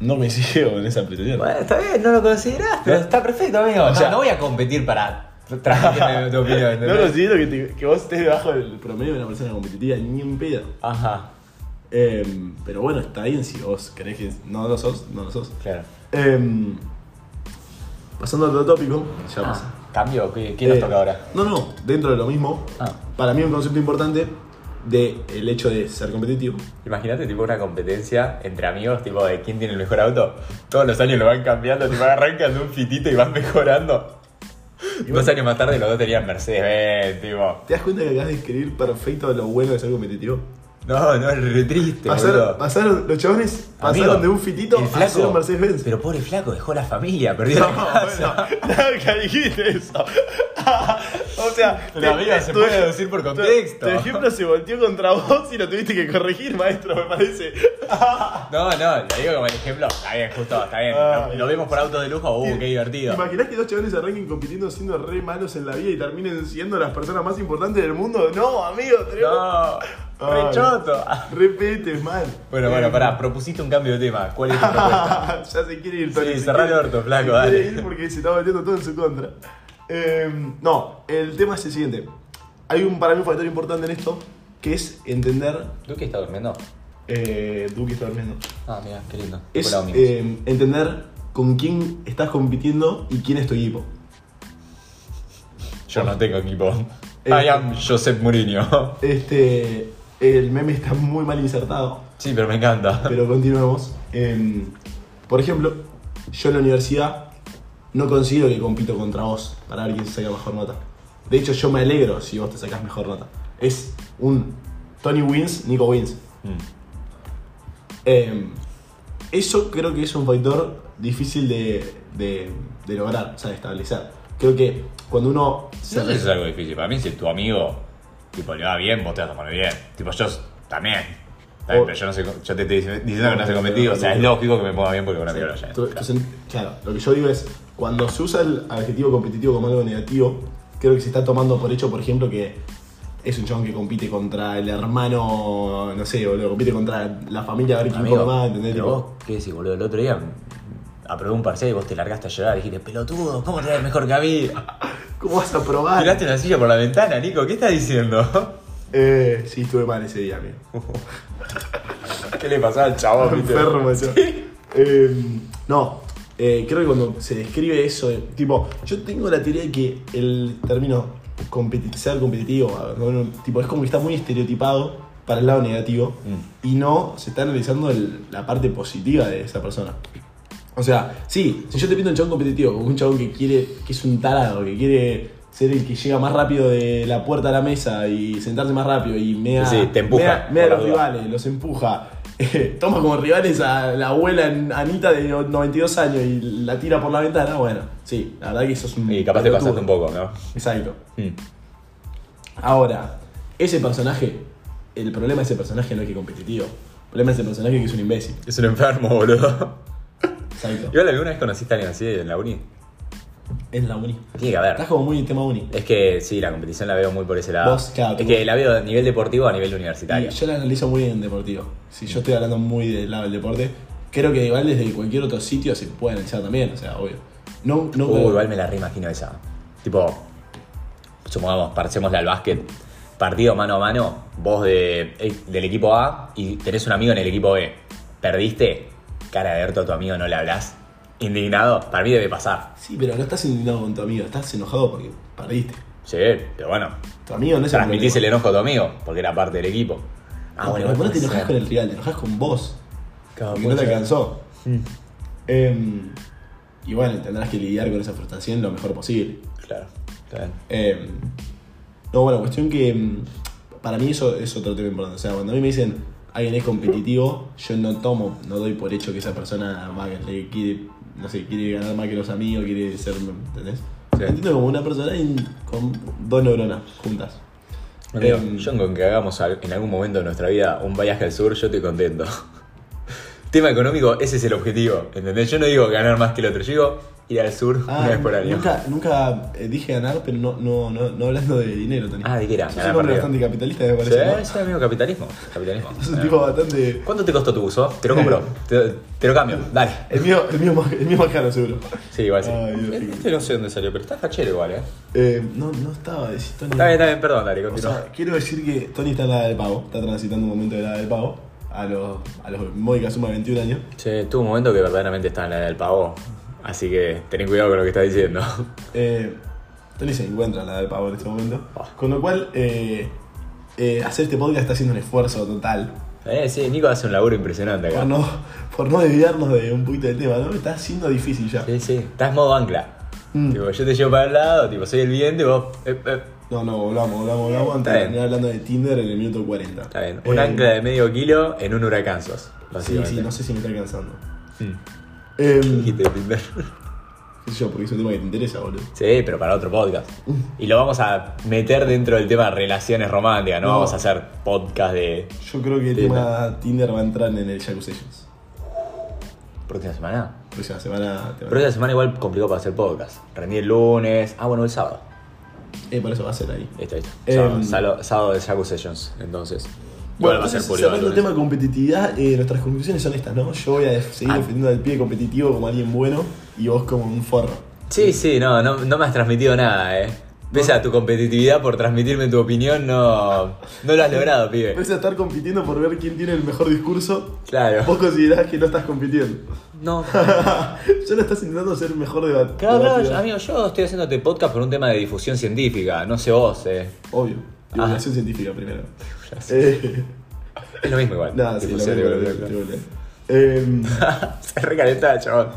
Speaker 2: No me sigo en esa amplitud.
Speaker 1: Bueno, está bien, no lo considerás, pero está perfecto, amigo.
Speaker 2: O sea-
Speaker 1: no, no voy a competir para transmitirme tu opinión.
Speaker 2: No
Speaker 1: ¿entendés?
Speaker 2: considero que, te- que vos estés debajo del promedio de una persona competitiva, ni en pedo.
Speaker 1: Ajá,
Speaker 2: Em, pero bueno, está bien si vos querés que no lo sos, no lo sos.
Speaker 1: claro.
Speaker 2: Em, pasando a otro tópico, ya
Speaker 1: Ah,
Speaker 2: pasa.
Speaker 1: ¿Cambio? ¿Qué, qué nos
Speaker 2: Eh,
Speaker 1: toca ahora?
Speaker 2: No, no, dentro de lo mismo,
Speaker 1: Ah.
Speaker 2: para mí un concepto importante del hecho de ser competitivo.
Speaker 1: Imagínate tipo una competencia entre amigos, tipo de quién tiene el mejor auto. Todos los años lo van cambiando, tipo arrancan de un fitito y van mejorando. Dos años más tarde los dos tenían Mercedes, Benz, tipo.
Speaker 2: ¿Te das cuenta que acabas de escribir perfecto lo bueno de ser competitivo?
Speaker 1: No, no, es re triste,
Speaker 2: Pasaron,
Speaker 1: boludo.
Speaker 2: pasaron- los chabones
Speaker 1: Amigo,
Speaker 2: pasaron de un fitito
Speaker 1: el
Speaker 2: a ser un Mercedes Benz.
Speaker 1: Pero Ah, pobre flaco, dejó la familia, perdió
Speaker 2: No,
Speaker 1: la casa.
Speaker 2: bueno, nunca dijiste eso. o sea,
Speaker 1: Pero, amigo, se puede deducir por contexto.
Speaker 2: Tu ejemplo se volteó contra vos y lo tuviste que corregir, maestro, me parece.
Speaker 1: No, no, lo digo como el ejemplo. Está bien, justo, está bien.
Speaker 2: Ah,
Speaker 1: lo, lo vemos por autos de lujo, uh, qué divertido.
Speaker 2: ¿Imaginás que dos chavales arranquen compitiendo siendo re malos en la vida y terminen siendo las personas más importantes del mundo? No, amigo, tenemos
Speaker 1: No,
Speaker 2: Ay.
Speaker 1: re choto.
Speaker 2: repetes mal.
Speaker 1: Bueno, bueno, pará, propusiste un cambio de tema. ¿Cuál es tu propuesta?
Speaker 2: ya se quiere ir Tony.
Speaker 1: Sí,
Speaker 2: se
Speaker 1: cerrá el
Speaker 2: quiere-
Speaker 1: orto, flaco,
Speaker 2: se quiere
Speaker 1: dale.
Speaker 2: ir porque se está volviendo todo en su contra. Eh, no, el tema es el siguiente. Hay un para mí un factor importante en esto, que es entender.
Speaker 1: Duque está durmiendo.
Speaker 2: Eh, Duque está durmiendo.
Speaker 1: Ah, mira, qué lindo.
Speaker 2: Es
Speaker 1: Hola, amigos.
Speaker 2: eh, entender con quién estás compitiendo y quién es tu equipo.
Speaker 1: Yo no tengo equipo.
Speaker 2: eh,
Speaker 1: I am Josep Mourinho.
Speaker 2: Este. El meme está muy mal insertado.
Speaker 1: Sí, pero me encanta.
Speaker 2: Pero continuemos. Em, por ejemplo, yo en la universidad no considero que compito contra vos para ver quién saca mejor nota. De hecho, yo me alegro si vos te sacás mejor nota. Es un Tony wins, Nico wins.
Speaker 1: Mm.
Speaker 2: Em, eso creo que es un factor difícil de, de- de lograr, o sea, de establecer. Creo que cuando uno se
Speaker 1: No sé si es algo difícil. Para mí, si tu amigo tipo, le va bien, vos te vas a poner bien. Tipo, yo también. Está bien,
Speaker 2: O-
Speaker 1: pero yo, no sé, yo te estoy diciendo que Oh. no sé competido. O sea, es lógico que me ponga bien porque con un amigo lo haya
Speaker 2: Tú-
Speaker 1: hecho.
Speaker 2: tú sen- claro, lo que yo digo es, cuando se usa el adjetivo competitivo como algo negativo, creo que se está tomando por hecho, por ejemplo, que es un chabón que compite contra el hermano, no sé, boludo, compite contra la familia a ver quién come
Speaker 1: Amigo,
Speaker 2: más, ¿entendés?
Speaker 1: pero
Speaker 2: Tipo,
Speaker 1: vos, ¿qué decís, boludo? El otro día aprobé un parcial y vos te largaste a llorar. Dijiste, pelotudo, ¿cómo te ves mejor que a mí?
Speaker 2: ¿Cómo vas a probar?
Speaker 1: Tiraste la silla por la ventana, Nico. ¿Qué estás diciendo?
Speaker 2: Eh, sí, estuve mal ese día, amigo.
Speaker 1: ¿Qué le pasaba al chabón? viste?
Speaker 2: Enfermo yo. Eh, no, eh, creo que cuando se describe eso, eh, tipo, yo tengo la teoría de que el término competi- ser competitivo, a ver, bueno, tipo, es como que está muy estereotipado para el lado negativo
Speaker 1: Mm.
Speaker 2: y no se está analizando el- la parte positiva de esa persona. O sea, sí, si yo te pinto un chabón competitivo, como un chabón que quiere, que es un tarado, que quiere ser el que llega más rápido de la puerta a la mesa y sentarse más rápido y mea,
Speaker 1: Sí, te empuja,
Speaker 2: mea- mea a
Speaker 1: por la
Speaker 2: los
Speaker 1: duda.
Speaker 2: rivales, los empuja, toma como rivales a la abuela en- Anita de 92 años y la tira por la ventana, bueno, sí, la verdad que eso es un...
Speaker 1: Y capaz te
Speaker 2: pelotudo.
Speaker 1: pasaste un poco, Mm. ¿no?
Speaker 2: Exacto.
Speaker 1: Mm.
Speaker 2: Ahora, ese personaje, el problema de ese personaje no es que es competitivo, el problema de ese personaje es que es un imbécil.
Speaker 1: Es un enfermo, boludo.
Speaker 2: Exacto.
Speaker 1: Igual alguna vez conociste a alguien así en la uni.
Speaker 2: Es la uni.
Speaker 1: Tiene que haber.
Speaker 2: Estás como muy en tema uni.
Speaker 1: Es que sí, la competición la veo muy por ese lado.
Speaker 2: Vos, claro,
Speaker 1: es
Speaker 2: tú-
Speaker 1: que la veo a nivel deportivo a nivel
Speaker 2: Y
Speaker 1: universitario.
Speaker 2: yo la analizo muy en deportivo. Si yo estoy hablando muy del lado del deporte, creo que igual desde cualquier otro sitio se puede analizar también, o sea, obvio. No, no
Speaker 1: Uh, igual me la reimagino esa. Tipo, supongamos, parecémosle al básquet. Partido mano a mano, vos de- eh, del equipo A y tenés un amigo en el equipo B. ¿Perdiste? Cara de orto a tu amigo, no le hablas. Indignado, para mí debe pasar.
Speaker 2: Sí, pero no estás indignado con tu amigo, estás enojado porque perdiste.
Speaker 1: Sí, pero bueno,
Speaker 2: Tu amigo no es
Speaker 1: transmitís el
Speaker 2: problema.
Speaker 1: enojo a tu amigo, porque era parte del equipo.
Speaker 2: No, pero
Speaker 1: igual
Speaker 2: vos no
Speaker 1: puede
Speaker 2: te enojas
Speaker 1: ser.
Speaker 2: con el rival, te enojas con vos.
Speaker 1: Claro,
Speaker 2: Porque
Speaker 1: puede
Speaker 2: no te
Speaker 1: ser.
Speaker 2: alcanzó. Em, y bueno, tendrás que lidiar con esa frustración lo mejor posible.
Speaker 1: Claro, está bien.
Speaker 2: Eh, no, bueno, cuestión que mm, para mí eso es otro tema importante. O sea, cuando a mí me dicen alguien es competitivo, yo no tomo, no doy por hecho que esa persona va a- le quiere, no sé, quiere ganar más que los amigos, quiere ser, ¿entendés?
Speaker 1: Sí.
Speaker 2: Entiendo como una persona in- con dos neuronas juntas.
Speaker 1: Amigo,
Speaker 2: Em,
Speaker 1: John, con que hagamos al- en algún momento de nuestra vida un viaje al sur, yo estoy contento. Tema económico, ese es el objetivo, ¿entendés? Yo no digo ganar más que el otro, yo digo ir al sur
Speaker 2: Ah,
Speaker 1: una vez por año.
Speaker 2: Nunca, nunca eh, dije ganar, pero no, no, no, no hablando de dinero, Tony.
Speaker 1: Ah, ¿de qué era?
Speaker 2: Sos
Speaker 1: Ganar
Speaker 2: un hombre
Speaker 1: partido.
Speaker 2: bastante capitalista, me
Speaker 1: Sí,
Speaker 2: parece. ¿no?
Speaker 1: sí, Ah. amigo, capitalismo. capitalismo. Eh,
Speaker 2: Sos un tipo bastante.
Speaker 1: ¿Cuánto te costó tu buzo? Te lo compro, te, te lo cambio, dale.
Speaker 2: El mío, el mío, más, el mío más caro, seguro.
Speaker 1: Sí, igual sí.
Speaker 2: Ay, Dios.
Speaker 1: este no sé dónde salió, pero está fachero igual, ¿eh?
Speaker 2: Eh, no, no estaba, decís, Tony.
Speaker 1: Está bien, está bien, perdón, dale,
Speaker 2: O
Speaker 1: continúa.
Speaker 2: sea, quiero decir que Tony está en la edad del pago, está transitando un momento de la edad del pago, a los, a los módica suma de 21 años.
Speaker 1: Che, tuvo un momento que verdaderamente estaba en la edad del pavo, así que ten cuidado con lo que estás diciendo.
Speaker 2: Eh, Tony se encuentra en la edad del pago en este momento.
Speaker 1: Ah.
Speaker 2: Con lo cual, eh, eh, hacer este podcast está haciendo un esfuerzo total.
Speaker 1: Eh, sí, Nico hace un laburo impresionante acá.
Speaker 2: Por no, por no desviarnos de un poquito del tema, ¿no? Está siendo difícil ya.
Speaker 1: Sí, sí, estás modo ancla.
Speaker 2: Mm.
Speaker 1: Tipo, yo te llevo para el lado, tipo, soy el viento y vos. eh, eh.
Speaker 2: No, no, volvamos, volvamos, volvamos antes
Speaker 1: Está
Speaker 2: de
Speaker 1: bien.
Speaker 2: terminar hablando de Tinder en el minuto 40.
Speaker 1: Está bien, un
Speaker 2: Eh,
Speaker 1: ancla de medio kilo en un huracán sos.
Speaker 2: Sí, sí,
Speaker 1: Básicamente.
Speaker 2: no sé si me está alcanzando.
Speaker 1: Mm.
Speaker 2: Em,
Speaker 1: Dijiste de Tinder.
Speaker 2: qué sé yo, porque es un tema que te interesa, boludo.
Speaker 1: Sí, pero para otro podcast. Y lo vamos a meter dentro del tema relaciones románticas, no,
Speaker 2: No.
Speaker 1: vamos a hacer podcast de
Speaker 2: Yo creo que el
Speaker 1: Tinder.
Speaker 2: tema Tinder va a entrar en el Jacuzzi Sessions.
Speaker 1: próxima semana.
Speaker 2: Próxima semana te va a-
Speaker 1: Pero esta semana igual complicado para hacer podcast. Rendí el lunes. Ah, bueno, el sábado.
Speaker 2: Eh, por eso va a ser ahí.
Speaker 1: Listo, listo.
Speaker 2: Em.
Speaker 1: Sábado, sábado- sábado de Shaku Sessions, entonces. Igual va a ser
Speaker 2: entonces,
Speaker 1: público el
Speaker 2: cerrando el tema
Speaker 1: lunes.
Speaker 2: de competitividad, eh, nuestras conclusiones son estas, ¿no? Yo voy a def- seguir
Speaker 1: Ah.
Speaker 2: defendiendo al pie competitivo como alguien bueno y vos como un forro.
Speaker 1: Sí, sí, no, no, no me has transmitido nada, eh. Pese a tu competitividad por transmitirme tu opinión, no, no lo has logrado, pibe.
Speaker 2: Pese a estar compitiendo por ver quién tiene el mejor discurso,
Speaker 1: Claro.
Speaker 2: vos considerás que no estás compitiendo.
Speaker 1: No.
Speaker 2: Solo estás intentando ser mejor debate.
Speaker 1: Claro, claro, amigo, yo estoy haciéndote podcast por un tema de difusión científica, no sé vos, eh.
Speaker 2: Obvio. Divulgación científica primero. Eh,
Speaker 1: Es lo mismo igual.
Speaker 2: nada, sí, lo
Speaker 1: Difusión
Speaker 2: mismo,
Speaker 1: científica,
Speaker 2: lo mismo. Em,
Speaker 1: claro. Se recalentaba, chabón.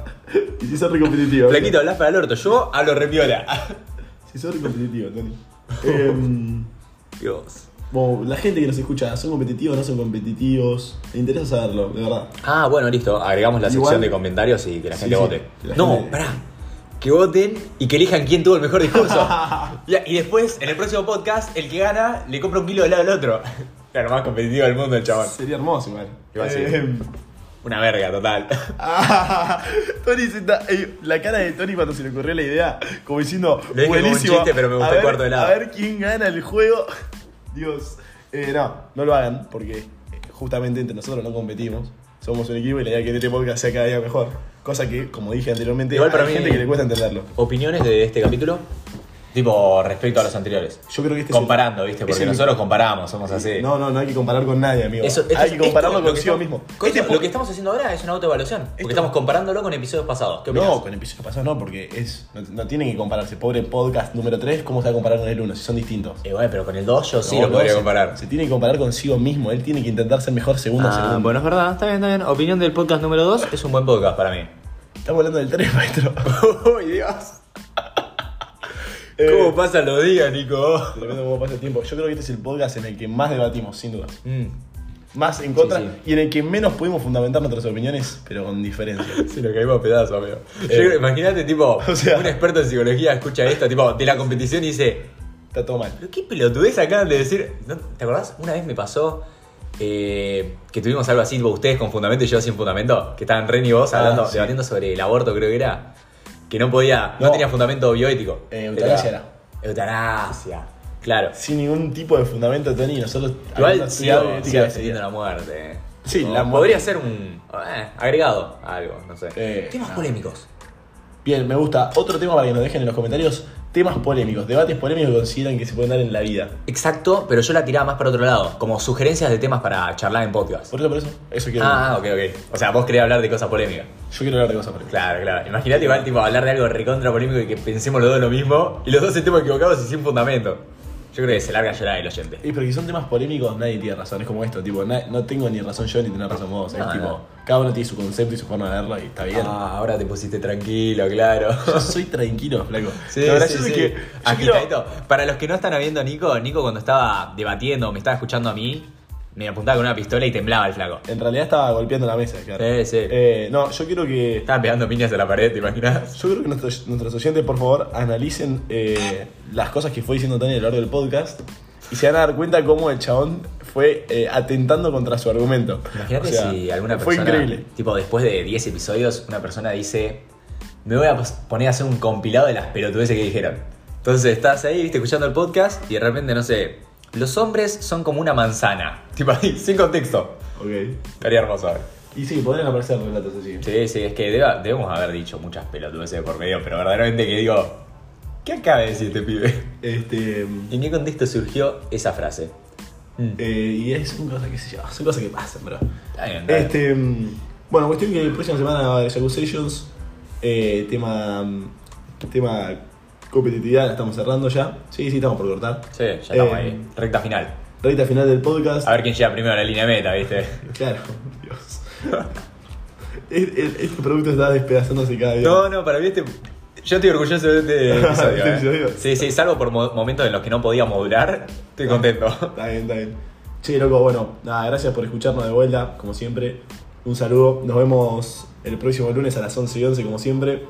Speaker 2: Y si sos recompetitivo.
Speaker 1: Flaquito, hablas para el orto, yo hablo repiola.
Speaker 2: Si sos recompetitivo, Tony. Em,
Speaker 1: Dios.
Speaker 2: Bueno, la gente que nos escucha, ¿son competitivos o no son competitivos? Me interesa saberlo, de verdad.
Speaker 1: Ah, bueno, listo. Agregamos la sección
Speaker 2: Igual-
Speaker 1: de comentarios y que la
Speaker 2: Sí,
Speaker 1: gente
Speaker 2: sí,
Speaker 1: vote.
Speaker 2: que la
Speaker 1: no,
Speaker 2: gente-
Speaker 1: pará. Que voten y que elijan quién tuvo el mejor discurso. Ya, y después, en el próximo podcast, el que gana le compra un kilo de helado al otro. Era lo más competitivo del mundo, el chabón.
Speaker 2: Sería hermoso, igual.
Speaker 1: Igual sí.
Speaker 2: Em,
Speaker 1: Una verga, total.
Speaker 2: ah, Tony se está- ey, la cara de Tony cuando se le ocurrió la idea, como diciendo,
Speaker 1: Lo dije como un
Speaker 2: buenísimo.
Speaker 1: chiste, pero me
Speaker 2: a
Speaker 1: gustó el
Speaker 2: ver-
Speaker 1: cuarto de helado".
Speaker 2: A ver quién gana el juego. Dios. Eh, no, no lo hagan, porque eh, justamente entre nosotros no competimos. Somos un equipo y la idea es que este podcast sea cada día mejor. Cosa que, como dije anteriormente,
Speaker 1: Igual para
Speaker 2: hay
Speaker 1: mí-
Speaker 2: gente que le cuesta entenderlo.
Speaker 1: Opiniones de este capítulo. Tipo, respecto a los anteriores.
Speaker 2: Yo creo que este es el-
Speaker 1: Comparando, ¿viste?
Speaker 2: es
Speaker 1: Porque
Speaker 2: el-
Speaker 1: nosotros comparamos, somos así.
Speaker 2: No, no, no hay que comparar con nadie, amigo.
Speaker 1: Eso- esto-
Speaker 2: hay que compararlo
Speaker 1: esto- lo que
Speaker 2: consigo
Speaker 1: estamos-
Speaker 2: mismo.
Speaker 1: con
Speaker 2: Este
Speaker 1: eso, lo que estamos haciendo ahora es una autoevaluación. Porque
Speaker 2: Esto-
Speaker 1: estamos comparándolo con episodios pasados. ¿Qué opinas?
Speaker 2: No, con episodios pasados no, porque es no, no tienen que compararse. Pobre podcast número 3, ¿cómo se va a comparar con el 1 si son distintos?
Speaker 1: Eh, pero con el 2 yo sí
Speaker 2: No,
Speaker 1: lo podría
Speaker 2: no, se-
Speaker 1: comparar.
Speaker 2: Se tiene que comparar consigo mismo. Él tiene que intentar ser mejor segundo a segundo.
Speaker 1: Ah, bueno, es verdad, está bien, está bien. Opinión del podcast número 2 es un buen podcast para mí.
Speaker 2: Estamos hablando del 3, maestro.
Speaker 1: ¡Uy, Dios! ¿Cómo pasan los días, Nico?
Speaker 2: Depende de cómo pasa el tiempo. Yo creo que este es el podcast en el que más debatimos, sin dudas.
Speaker 1: Mm,
Speaker 2: Más en contra
Speaker 1: Sí, sí.
Speaker 2: y en el que menos pudimos fundamentar nuestras opiniones, pero con diferencia.
Speaker 1: sí, lo caímos a pedazos, amigo. Yo creo- Imagínate, tipo,
Speaker 2: o sea-
Speaker 1: un experto en psicología escucha esto, tipo, de la competición y dice:
Speaker 2: Está todo mal.
Speaker 1: ¿Pero qué pelotudez acaban de decir? ¿No? ¿Te acordás? Una vez me pasó eh, que tuvimos algo así, tipo, ustedes con fundamento y yo sin fundamento, que estaban Ren y vos
Speaker 2: Ah,
Speaker 1: hablando,
Speaker 2: sí.
Speaker 1: debatiendo sobre el aborto, creo que era. Que no podía, no,
Speaker 2: No.
Speaker 1: tenía fundamento bioético.
Speaker 2: Eh, eutanasia
Speaker 1: Eutanasia. Claro.
Speaker 2: Sin ningún tipo de fundamento, Tony, nosotros.
Speaker 1: Igual
Speaker 2: hablando
Speaker 1: sigo-
Speaker 2: así de ética
Speaker 1: sigo
Speaker 2: de
Speaker 1: defendiendo
Speaker 2: ética.
Speaker 1: la muerte. eh.
Speaker 2: Sí,
Speaker 1: Como
Speaker 2: la muerte.
Speaker 1: Podría ser un eh, agregado a algo, no sé.
Speaker 2: Eh,
Speaker 1: Temas
Speaker 2: no.
Speaker 1: polémicos.
Speaker 2: Bien, me gusta. Otro tema para que nos dejen en los comentarios. Temas polémicos, debates polémicos que consideran que se pueden dar en la vida.
Speaker 1: Exacto, pero yo la tiraba más para otro lado, como sugerencias de temas para charlar en podcast.
Speaker 2: Por eso, por eso. Eso quiero.
Speaker 1: Ah, ok, ok. O sea, vos querés hablar de cosas polémicas.
Speaker 2: Yo quiero hablar de cosas polémicas.
Speaker 1: Claro, claro. Imagínate igual tipo hablar de algo recontra polémico y que pensemos los dos lo mismo y los dos estemos equivocados y sin fundamento. Yo creo que se larga a llorar el oyente.
Speaker 2: Y porque si son temas polémicos, nadie tiene razón. Es como esto, tipo, na- no tengo ni razón yo ni tener razón vos. es
Speaker 1: No,
Speaker 2: tipo,
Speaker 1: no.
Speaker 2: cada uno tiene su concepto y su forma de verlo y está bien.
Speaker 1: Ah, ahora te pusiste tranquilo, claro.
Speaker 2: Yo soy tranquilo, flaco.
Speaker 1: Sí,
Speaker 2: La verdad
Speaker 1: sí,
Speaker 2: es
Speaker 1: sí.
Speaker 2: que yo
Speaker 1: Aquí,
Speaker 2: quiero-
Speaker 1: Taito, para los que no están viendo a Nico, Nico cuando estaba debatiendo, me estaba escuchando a mí, me apuntaba con una pistola y temblaba el flaco.
Speaker 2: En realidad estaba golpeando la mesa, claro.
Speaker 1: Sí, sí.
Speaker 2: Eh, no, yo quiero que.
Speaker 1: Estaba pegando piñas a la pared, ¿te imaginas?
Speaker 2: Yo creo que nuestros, nuestros oyentes, por favor, analicen eh, las cosas que fue diciendo Tony a lo largo del podcast y se van a dar cuenta cómo el chabón fue eh, atentando contra su argumento.
Speaker 1: Imagínate
Speaker 2: O sea,
Speaker 1: si alguna
Speaker 2: Fue
Speaker 1: persona.
Speaker 2: increíble.
Speaker 1: Tipo, después de 10 episodios, una persona dice: Me voy a pos- poner a hacer un compilado de las pelotudeces que dijeron. Entonces estás ahí, viste, escuchando el podcast y de repente, no sé. Los hombres son como una manzana. Tipo ahí, sin contexto.
Speaker 2: Ok.
Speaker 1: Estaría hermoso. ver.
Speaker 2: Y sí, podrían aparecer relatos así.
Speaker 1: Sí, sí, es que deba- debemos haber dicho muchas pelotudeces de por medio, pero verdaderamente que digo. ¿Qué acaba de decir este pibe?
Speaker 2: Este.
Speaker 1: ¿En qué contexto surgió esa frase? Mm.
Speaker 2: eh, y es una cosa que se lleva, son cosas que pasan, bro.
Speaker 1: Está bien, está bien.
Speaker 2: Este. mm, Bueno, cuestión que la próxima semana va a haber Accusations. Eh, tema. mm, Tema competitividad, la estamos cerrando ya. Sí, sí, estamos por cortar.
Speaker 1: Sí, ya estamos
Speaker 2: Eh,
Speaker 1: ahí. Recta final.
Speaker 2: Recta final del podcast.
Speaker 1: A ver quién llega primero a la línea meta, ¿viste?
Speaker 2: Claro, Dios. El- el- este producto está despedazándose cada día.
Speaker 1: No, no, para mí este. Yo estoy orgulloso de este episodio.
Speaker 2: Este
Speaker 1: eh.
Speaker 2: episodio.
Speaker 1: Sí, sí, salvo por mo- momentos en los que no podía modular,
Speaker 2: Ah.
Speaker 1: estoy contento.
Speaker 2: Está bien, está bien. Che, loco, bueno, nada, gracias por escucharnos de vuelta, como siempre. Un saludo, nos vemos el próximo lunes a las 11 y 11, como siempre.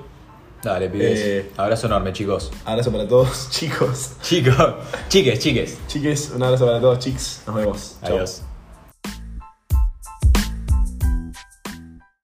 Speaker 1: Dale, pibes.
Speaker 2: Eh.
Speaker 1: Abrazo enorme, chicos.
Speaker 2: Abrazo para todos, chicos.
Speaker 1: Chicos, chiques, chiques.
Speaker 2: Chiques, un abrazo para todos, chicos. Nos vemos. Chau.
Speaker 1: Adiós.